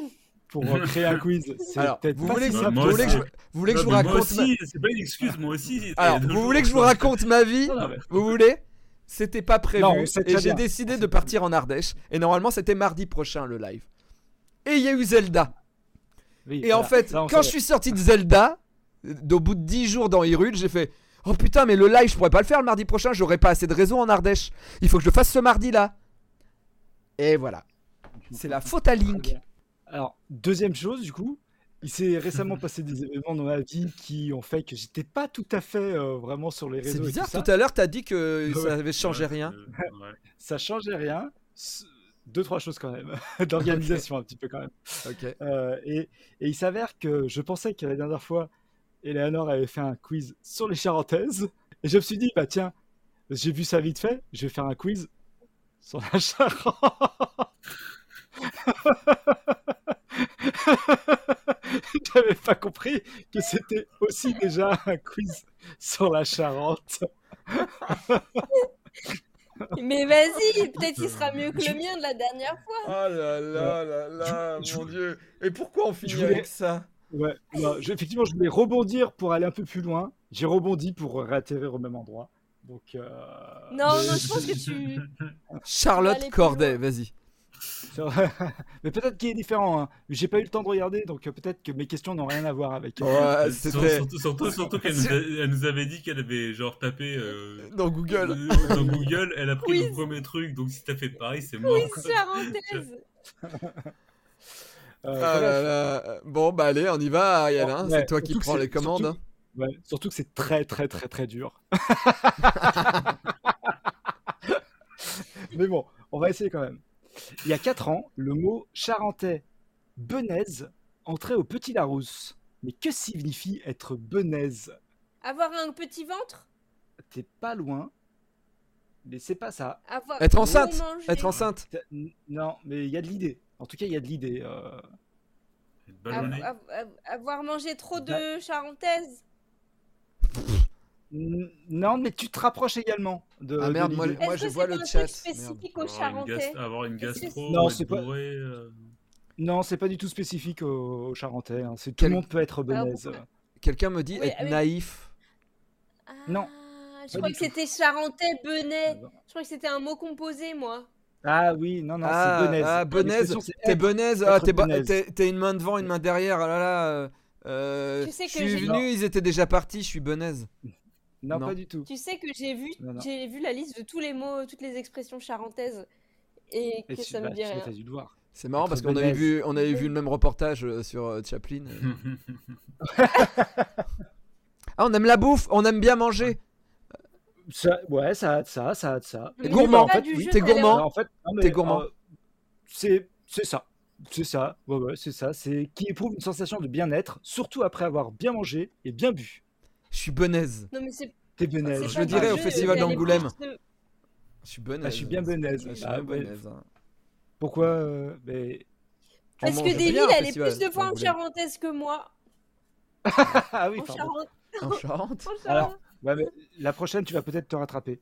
[SPEAKER 4] pour euh, créer un quiz. C'est
[SPEAKER 1] Alors,
[SPEAKER 4] peut-être
[SPEAKER 1] vous
[SPEAKER 4] pas
[SPEAKER 1] voulez,
[SPEAKER 4] si
[SPEAKER 1] que, je-
[SPEAKER 3] simple.
[SPEAKER 1] vous voulez que je,
[SPEAKER 3] Moi,
[SPEAKER 1] vous voulez que je vous
[SPEAKER 3] Ah, mais
[SPEAKER 1] raconte
[SPEAKER 3] moi aussi, c'est pas une excuse, moi aussi. il y
[SPEAKER 1] ma...
[SPEAKER 3] a
[SPEAKER 1] Alors,
[SPEAKER 3] deux
[SPEAKER 1] vous
[SPEAKER 3] jours,
[SPEAKER 1] voulez que je vous
[SPEAKER 3] crois.
[SPEAKER 1] raconte ma vie
[SPEAKER 4] Non, mais-
[SPEAKER 1] Vous voulez C'était pas prévu
[SPEAKER 4] Non, on sait
[SPEAKER 1] et
[SPEAKER 4] très
[SPEAKER 1] j'ai
[SPEAKER 4] bien.
[SPEAKER 1] décidé de partir en Ardèche. Et normalement, c'était mardi prochain le live. Et il y a eu Zelda.
[SPEAKER 4] Oui,
[SPEAKER 1] Et en
[SPEAKER 4] voilà.
[SPEAKER 1] fait,
[SPEAKER 4] Là, on
[SPEAKER 1] quand je
[SPEAKER 4] sait.
[SPEAKER 1] suis sorti de Zelda, euh, d'au bout de 10 jours dans Hyrule, j'ai fait Oh putain, mais le live, je pourrais pas le faire le mardi prochain, j'aurai pas assez de réseau en Ardèche. Il faut que je le fasse ce mardi là. Et voilà. C'est la faute à Link.
[SPEAKER 4] Alors, deuxième chose, du coup, il s'est récemment passé des événements dans ma vie qui ont fait que j'étais pas tout à fait euh, vraiment sur les
[SPEAKER 1] C'est
[SPEAKER 4] réseaux. et
[SPEAKER 1] bizarre,
[SPEAKER 4] tout ça.
[SPEAKER 1] tout à l'heure, t'as dit que
[SPEAKER 4] Ouais.
[SPEAKER 1] ça avait changé rien.
[SPEAKER 3] Euh, ouais.
[SPEAKER 4] ça changeait rien. S- Deux, trois choses quand même, d'organisation un petit peu quand même.
[SPEAKER 1] Ok.
[SPEAKER 4] Euh, et, et il s'avère que je pensais que la dernière fois, Eleanor avait fait un quiz sur les Charentaises. Et je me suis dit, bah tiens, j'ai vu ça vite fait, je vais faire un quiz sur la Charente. J'avais pas compris que c'était aussi déjà un quiz sur la Charente.
[SPEAKER 2] Mais vas-y, peut-être qu'il sera mieux que le mien de la dernière fois.
[SPEAKER 1] Oh là là là là,
[SPEAKER 4] Je- je-
[SPEAKER 1] mon dieu. Et pourquoi on finit
[SPEAKER 4] voulais-
[SPEAKER 1] avec ça
[SPEAKER 4] Ouais, non, je- effectivement, je voulais rebondir pour aller un peu plus loin. J'ai rebondi pour réatterrir au même endroit. Donc, euh,
[SPEAKER 2] Non,
[SPEAKER 4] mais-
[SPEAKER 2] non, je pense que tu. On va aller
[SPEAKER 1] Charlotte
[SPEAKER 2] plus
[SPEAKER 1] Corday, vas-y.
[SPEAKER 4] c'est vrai. mais peut-être qu'il est différent. hein. J'ai pas eu le temps de regarder, donc euh, peut-être que mes questions n'ont rien à voir avec. euh,
[SPEAKER 1] Ouais,
[SPEAKER 3] Sur-
[SPEAKER 1] Ah, c'était
[SPEAKER 3] Surtout, surtout, surtout qu'elle nous, a- elle nous avait dit qu'elle avait genre tapé euh,
[SPEAKER 1] dans Google.
[SPEAKER 3] euh, dans Google, elle a pris
[SPEAKER 2] Quiz.
[SPEAKER 3] le premier truc, donc si t'as fait pareil, c'est mort.
[SPEAKER 2] Oui, charentaise.
[SPEAKER 4] euh,
[SPEAKER 1] Ah
[SPEAKER 4] voilà.
[SPEAKER 1] là là. Bon, bah allez, on y va, Ariel. hein.
[SPEAKER 4] Ouais,
[SPEAKER 1] C'est toi qui
[SPEAKER 4] surtout que
[SPEAKER 1] prends
[SPEAKER 4] c'est-
[SPEAKER 1] les commandes. hein.
[SPEAKER 4] surtout- Ouais, surtout que c'est très, très, très, très dur. mais bon, on va essayer quand même. Il y a 4 ans, le mot charentais benaise entrait au Petit Larousse. Mais que signifie être benaise
[SPEAKER 2] Avoir un petit ventre
[SPEAKER 4] T'es pas loin, mais c'est pas ça.
[SPEAKER 2] Avoir...
[SPEAKER 1] Être
[SPEAKER 2] non
[SPEAKER 1] enceinte,
[SPEAKER 2] manger.
[SPEAKER 1] Être enceinte.
[SPEAKER 4] T'as- n- Non, mais il y a de l'idée. En tout cas, il y a de l'idée. euh.
[SPEAKER 2] Av-
[SPEAKER 3] Ballonné.
[SPEAKER 2] av- av- Avoir mangé trop
[SPEAKER 3] Bah,
[SPEAKER 2] de charentaise
[SPEAKER 4] N- Non, mais tu te rapproches également de.
[SPEAKER 1] Ah
[SPEAKER 4] de
[SPEAKER 1] merde, moi,
[SPEAKER 4] l'idée.
[SPEAKER 1] moi,
[SPEAKER 2] Est-ce
[SPEAKER 1] je
[SPEAKER 2] que
[SPEAKER 1] vois
[SPEAKER 2] c'est
[SPEAKER 1] le
[SPEAKER 2] pas un
[SPEAKER 1] chat.
[SPEAKER 2] truc spécifique aux
[SPEAKER 3] Avoir, une gas-
[SPEAKER 2] charentais
[SPEAKER 3] avoir une
[SPEAKER 2] Est-ce que
[SPEAKER 3] gastro,
[SPEAKER 4] Non,
[SPEAKER 3] être
[SPEAKER 4] c'est pas-
[SPEAKER 3] bourré, euh,
[SPEAKER 4] Non, c'est pas du tout spécifique aux au Charentais. hein. C'est tout
[SPEAKER 1] Quel-
[SPEAKER 4] le monde peut
[SPEAKER 2] Ah,
[SPEAKER 4] être Euh, benaise.
[SPEAKER 2] pourquoi
[SPEAKER 1] Quelqu'un me dit
[SPEAKER 2] Oui,
[SPEAKER 1] être
[SPEAKER 2] mais-
[SPEAKER 1] naïf.
[SPEAKER 2] Ah,
[SPEAKER 4] Non.
[SPEAKER 2] Je
[SPEAKER 4] Pas
[SPEAKER 2] crois
[SPEAKER 4] du
[SPEAKER 2] que
[SPEAKER 4] tout.
[SPEAKER 2] c'était charentais,
[SPEAKER 4] Ah,
[SPEAKER 2] benet.
[SPEAKER 4] bon.
[SPEAKER 2] Je crois que c'était un mot composé, moi.
[SPEAKER 4] Ah oui, non, non,
[SPEAKER 1] Ah,
[SPEAKER 4] c'est benaise.
[SPEAKER 1] ah, benaise,
[SPEAKER 4] L'expression, c'est
[SPEAKER 1] T'es
[SPEAKER 4] être.
[SPEAKER 1] bonnaise,
[SPEAKER 4] être
[SPEAKER 1] ah, t'es, ba-
[SPEAKER 4] bonnaise.
[SPEAKER 1] t'es- t'es une main devant, une main derrière. Ah là là. euh, euh,
[SPEAKER 2] Tu sais
[SPEAKER 1] je
[SPEAKER 2] que
[SPEAKER 1] suis
[SPEAKER 2] j'ai-
[SPEAKER 1] venu, ils étaient déjà partis, je suis bonnaise.
[SPEAKER 4] Non,
[SPEAKER 1] Non.
[SPEAKER 4] pas du tout.
[SPEAKER 2] Tu sais que j'ai vu,
[SPEAKER 4] Non, non.
[SPEAKER 2] j'ai vu la liste de tous les mots, toutes les expressions charentaises et que
[SPEAKER 4] Et tu
[SPEAKER 2] ça me hein
[SPEAKER 4] bah,
[SPEAKER 2] dit
[SPEAKER 4] tu-
[SPEAKER 2] rien.
[SPEAKER 4] t'as dû le voir.
[SPEAKER 1] C'est marrant
[SPEAKER 4] Être
[SPEAKER 1] parce qu'on avait
[SPEAKER 4] bonnaise.
[SPEAKER 1] vu, on
[SPEAKER 2] Mhm.
[SPEAKER 1] avait vu le même reportage euh, sur euh, Chaplin.
[SPEAKER 3] Mhm.
[SPEAKER 1] Ah Ah, on aime la bouffe, on aime bien manger.
[SPEAKER 4] Ça, ouais, ça a de ça, ça a de ça.
[SPEAKER 2] Mais
[SPEAKER 4] Et
[SPEAKER 1] gourmand.
[SPEAKER 4] bah, en fait,
[SPEAKER 2] Du
[SPEAKER 4] oui.
[SPEAKER 2] jeu
[SPEAKER 1] T'es
[SPEAKER 2] télé-
[SPEAKER 1] gourmand.
[SPEAKER 4] Alors, en fait, non, mais,
[SPEAKER 1] T'es gourmand.
[SPEAKER 4] euh, c'est c'est ça. C'est ça. Ouais, ouais, c'est ça. C'est qui éprouve une sensation de bien-être, surtout après avoir bien mangé et bien bu.
[SPEAKER 1] Je suis benaise.
[SPEAKER 2] Non, mais c'est
[SPEAKER 4] T'es
[SPEAKER 2] c'est
[SPEAKER 4] benaise.
[SPEAKER 2] pas
[SPEAKER 1] je
[SPEAKER 2] un
[SPEAKER 1] le dirais au
[SPEAKER 2] jeu
[SPEAKER 1] festival
[SPEAKER 2] qui allait
[SPEAKER 1] d'Angoulême.
[SPEAKER 2] plus de-
[SPEAKER 1] Je suis benaise.
[SPEAKER 4] Ah, je suis bien benaise.
[SPEAKER 1] Ah, je suis
[SPEAKER 4] Ah,
[SPEAKER 1] bien
[SPEAKER 4] ouais.
[SPEAKER 1] benaise, hein.
[SPEAKER 4] Pourquoi euh, mais-
[SPEAKER 1] On
[SPEAKER 2] Parce
[SPEAKER 1] mange
[SPEAKER 2] que David,
[SPEAKER 1] bien au
[SPEAKER 2] elle est
[SPEAKER 1] festival
[SPEAKER 2] plus de fois en
[SPEAKER 1] d'Angoulême.
[SPEAKER 2] charentaise que moi.
[SPEAKER 4] Ah oui,
[SPEAKER 2] en
[SPEAKER 4] pardon.
[SPEAKER 2] Charente.
[SPEAKER 1] En Charente.
[SPEAKER 2] En Charente.
[SPEAKER 4] Alors, Ouais, mais la prochaine, tu vas peut-être te rattraper.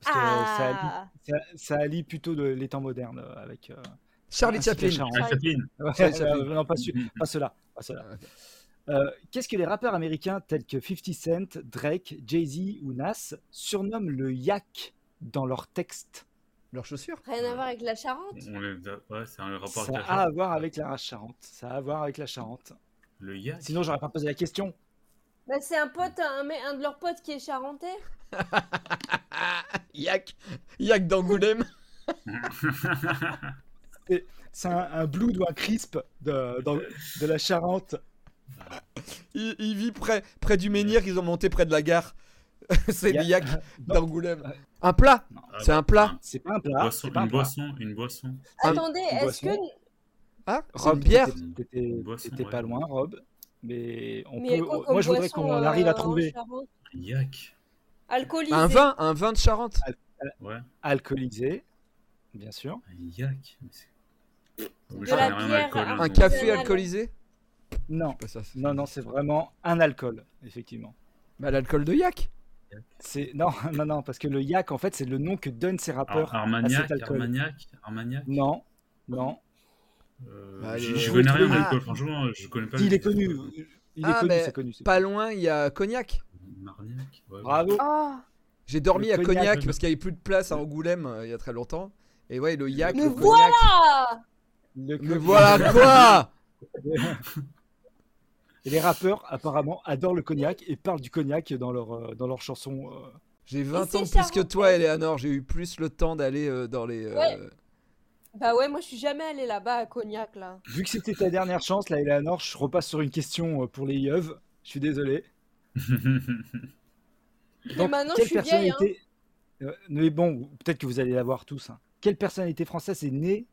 [SPEAKER 4] Parce que ça allie-
[SPEAKER 2] ah,
[SPEAKER 4] ça, ça allie plutôt de- les temps modernes euh, avec. euh,
[SPEAKER 1] Charlie
[SPEAKER 4] ainsi que la
[SPEAKER 1] Chaplin.
[SPEAKER 4] Charente.
[SPEAKER 3] Ah, Chaplin.
[SPEAKER 4] Ouais,
[SPEAKER 1] Charlie Chaplin. Ah,
[SPEAKER 4] non, pas, celui- pas cela. pas cela. Euh, Qu'est-ce que les rappeurs américains tels que 50 Cent, Drake, Jay-Z ou Nas surnomment le yak dans leurs textes
[SPEAKER 1] Leurs chaussures
[SPEAKER 2] rien à voir avec la Charente.
[SPEAKER 3] On est- Ouais, c'est un rapport
[SPEAKER 4] Ça
[SPEAKER 3] avec la
[SPEAKER 4] a à
[SPEAKER 3] Charente.
[SPEAKER 4] voir avec la Charente. Ça a à voir avec la Charente.
[SPEAKER 3] Le yak.
[SPEAKER 4] Sinon, j'aurais pas posé la question.
[SPEAKER 2] Bah, c'est un pote, un, mec- un de leurs potes qui est charentais.
[SPEAKER 1] Yac Yac d'Angoulême
[SPEAKER 4] C'est un, un Blood ou un Crisp de, dans- de la Charente.
[SPEAKER 1] il, il vit près, près du menhir qu'ils ont monté près de la gare. c'est
[SPEAKER 4] Yac.
[SPEAKER 1] des yacs d'Angoulême. Un plat
[SPEAKER 3] Ah,
[SPEAKER 1] C'est un plat
[SPEAKER 4] C'est pas un
[SPEAKER 3] bah,
[SPEAKER 4] plat.
[SPEAKER 3] boisson-
[SPEAKER 4] c'est pas un
[SPEAKER 3] une
[SPEAKER 4] plat.
[SPEAKER 3] boisson, une boisson.
[SPEAKER 1] Un-
[SPEAKER 2] Attendez, est-ce que.
[SPEAKER 4] boisson.
[SPEAKER 1] Ah
[SPEAKER 4] Rob,
[SPEAKER 1] Rhum, bière
[SPEAKER 4] t'étais- T'étais
[SPEAKER 3] Boisson,
[SPEAKER 4] t'étais pas
[SPEAKER 3] ouais.
[SPEAKER 4] loin, Rob. Mais on
[SPEAKER 2] Mais
[SPEAKER 4] peut.
[SPEAKER 2] quoi
[SPEAKER 4] moi,
[SPEAKER 2] comme
[SPEAKER 4] je voudrais
[SPEAKER 2] boisson,
[SPEAKER 4] qu'on arrive
[SPEAKER 2] euh,
[SPEAKER 4] à
[SPEAKER 2] en
[SPEAKER 4] trouver
[SPEAKER 2] Charente
[SPEAKER 3] Yak.
[SPEAKER 2] Alcoolisé.
[SPEAKER 1] Un vin Un vin de Charente
[SPEAKER 3] Ouais,
[SPEAKER 4] alcoolisé, bien sûr.
[SPEAKER 3] un yak. Mais c'est- Mais
[SPEAKER 2] De
[SPEAKER 3] j'en ai
[SPEAKER 2] la
[SPEAKER 3] rien à
[SPEAKER 2] bière
[SPEAKER 3] l'alcool, hein,
[SPEAKER 1] Un
[SPEAKER 3] donc-
[SPEAKER 1] café
[SPEAKER 2] Artisanal.
[SPEAKER 1] alcoolisé
[SPEAKER 4] Non,
[SPEAKER 1] Pas ça, c'est-
[SPEAKER 4] non, non, c'est vraiment un alcool, effectivement.
[SPEAKER 1] Bah, l'alcool de Yac
[SPEAKER 4] C'est non, non, non, parce que le yak, en fait, c'est le nom que donnent ces rappeurs.
[SPEAKER 3] Ar- Armagnac,
[SPEAKER 4] à cet alcool.
[SPEAKER 3] Armagnac, Armagnac.
[SPEAKER 4] Non, non.
[SPEAKER 3] Euh,
[SPEAKER 1] Bah,
[SPEAKER 3] j'y-
[SPEAKER 1] le-
[SPEAKER 3] je
[SPEAKER 1] oui,
[SPEAKER 3] connais
[SPEAKER 4] tout
[SPEAKER 3] rien
[SPEAKER 4] le-
[SPEAKER 3] à l'alcool, franchement, euh, je connais pas.
[SPEAKER 4] Il
[SPEAKER 3] le-
[SPEAKER 4] est connu. Il est
[SPEAKER 1] Ah,
[SPEAKER 4] connu,
[SPEAKER 1] mais
[SPEAKER 4] c'est connu. c'est
[SPEAKER 1] Pas
[SPEAKER 4] connu.
[SPEAKER 1] loin, il y a Cognac.
[SPEAKER 3] Marniac, ouais, ouais.
[SPEAKER 4] Bravo.
[SPEAKER 2] Ah,
[SPEAKER 1] J'ai dormi
[SPEAKER 4] Le
[SPEAKER 1] à Cognac,
[SPEAKER 4] Cognac.
[SPEAKER 1] parce qu'il n'y avait plus de place à Angoulême euh, il y a très longtemps. Et ouais, le Yac,
[SPEAKER 2] Mais
[SPEAKER 1] le
[SPEAKER 2] voilà
[SPEAKER 1] Cognac.
[SPEAKER 2] ah
[SPEAKER 4] Le
[SPEAKER 1] Mais
[SPEAKER 4] Covid.
[SPEAKER 1] voilà quoi
[SPEAKER 4] Et les rappeurs apparemment adorent le cognac et parlent du cognac dans leur euh, dans leurs chansons. euh.
[SPEAKER 1] J'ai
[SPEAKER 2] Et
[SPEAKER 1] 20
[SPEAKER 2] c'est
[SPEAKER 1] ans de plus que toi,
[SPEAKER 2] Charentais.
[SPEAKER 1] Eleanor. J'ai eu plus le temps d'aller euh, dans les. euh,
[SPEAKER 2] Ouais. Bah ouais, moi je suis jamais allée là-bas à Cognac là.
[SPEAKER 4] Vu que c'était ta dernière chance, là, Eleanor, je repasse sur une question euh, pour les yeux. Je suis désolé.
[SPEAKER 2] Mais maintenant je suis vieille. Hein.
[SPEAKER 4] Euh, mais bon, peut-être que vous allez l'avoir tous. hein. Quelle personnalité française est née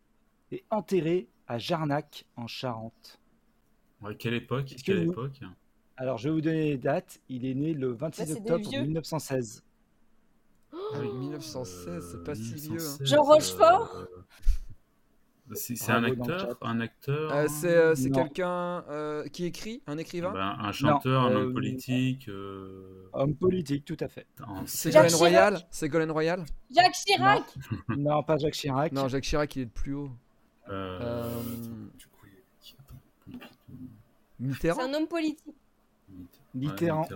[SPEAKER 4] et enterrée à Jarnac en Charente
[SPEAKER 3] Ouais, quelle époque,
[SPEAKER 4] Est-ce que
[SPEAKER 3] quelle
[SPEAKER 4] vous-
[SPEAKER 3] époque.
[SPEAKER 4] Alors, je vais vous donner les dates. Il est né le 26
[SPEAKER 2] Bah, c'est des
[SPEAKER 4] octobre
[SPEAKER 2] vieux.
[SPEAKER 4] 1916.
[SPEAKER 1] Ah oui, 1916, c'est pas si vieux. hein.
[SPEAKER 2] Jean Rochefort
[SPEAKER 3] euh, C'est c'est un
[SPEAKER 4] Bravo dans le
[SPEAKER 3] acteur, un acteur.
[SPEAKER 1] Euh, c'est euh, c'est
[SPEAKER 4] Non.
[SPEAKER 1] quelqu'un euh, qui écrit, un écrivain
[SPEAKER 3] ben, un chanteur, un
[SPEAKER 4] euh, Oh,
[SPEAKER 3] homme politique. euh,
[SPEAKER 4] Homme politique, tout à fait.
[SPEAKER 3] un-
[SPEAKER 1] C'est
[SPEAKER 2] Jacques
[SPEAKER 1] Ségolène Royal Ségolène Royal
[SPEAKER 2] Jacques Chirac
[SPEAKER 4] non, pas Jacques Chirac.
[SPEAKER 1] Non, Jacques Chirac, il est le plus haut.
[SPEAKER 3] euh,
[SPEAKER 1] Euh,
[SPEAKER 3] attends, du coup, il y a qui Attends,
[SPEAKER 2] C'est
[SPEAKER 1] Mitterrand
[SPEAKER 2] un homme politique.
[SPEAKER 4] Mitterrand.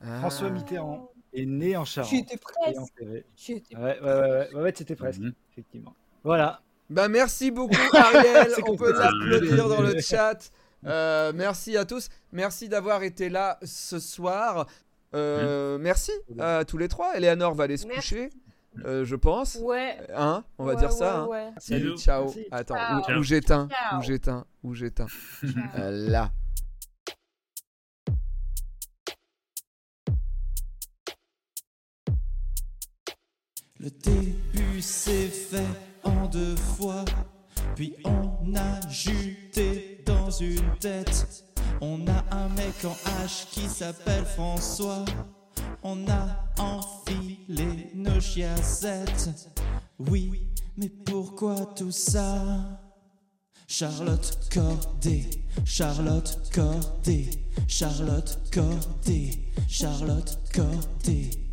[SPEAKER 1] Ah.
[SPEAKER 4] François Mitterrand est né en Charente.
[SPEAKER 2] J'étais
[SPEAKER 4] et
[SPEAKER 2] presque.
[SPEAKER 4] enterré.
[SPEAKER 2] J'étais
[SPEAKER 4] Ouais, ouais, ouais, ouais, ouais, ouais, c'était presque,
[SPEAKER 3] Mhm.
[SPEAKER 4] effectivement. Voilà.
[SPEAKER 1] Bah, merci beaucoup, Ariel.
[SPEAKER 4] C'est
[SPEAKER 1] On peut
[SPEAKER 4] compliqué.
[SPEAKER 1] l'applaudir dans le chat. Euh, merci à tous. Merci d'avoir été là ce soir. Euh, Merci à tous les trois. Eleanor va aller se
[SPEAKER 2] Merci.
[SPEAKER 1] coucher, euh, je pense.
[SPEAKER 2] Ouais.
[SPEAKER 1] Hein On va
[SPEAKER 2] ouais,
[SPEAKER 1] dire ça.
[SPEAKER 2] ouais,
[SPEAKER 1] hein.
[SPEAKER 2] ouais.
[SPEAKER 1] Salut,
[SPEAKER 3] Bisous.
[SPEAKER 1] ciao.
[SPEAKER 4] Merci.
[SPEAKER 1] Attends, où-
[SPEAKER 3] Ciao.
[SPEAKER 1] où j'éteins
[SPEAKER 2] Ciao.
[SPEAKER 1] Où j'éteins Où j'éteins
[SPEAKER 2] Ciao.
[SPEAKER 1] Euh, Là.
[SPEAKER 5] Le début s'est fait en deux fois, puis on a juté dans une tête. On a un mec en H qui s'appelle François. On a enfilé nos chiassettes. Oui, mais pourquoi tout ça? Charlotte Cordé, Charlotte Cordé, Charlotte Cordé, Charlotte Cordé.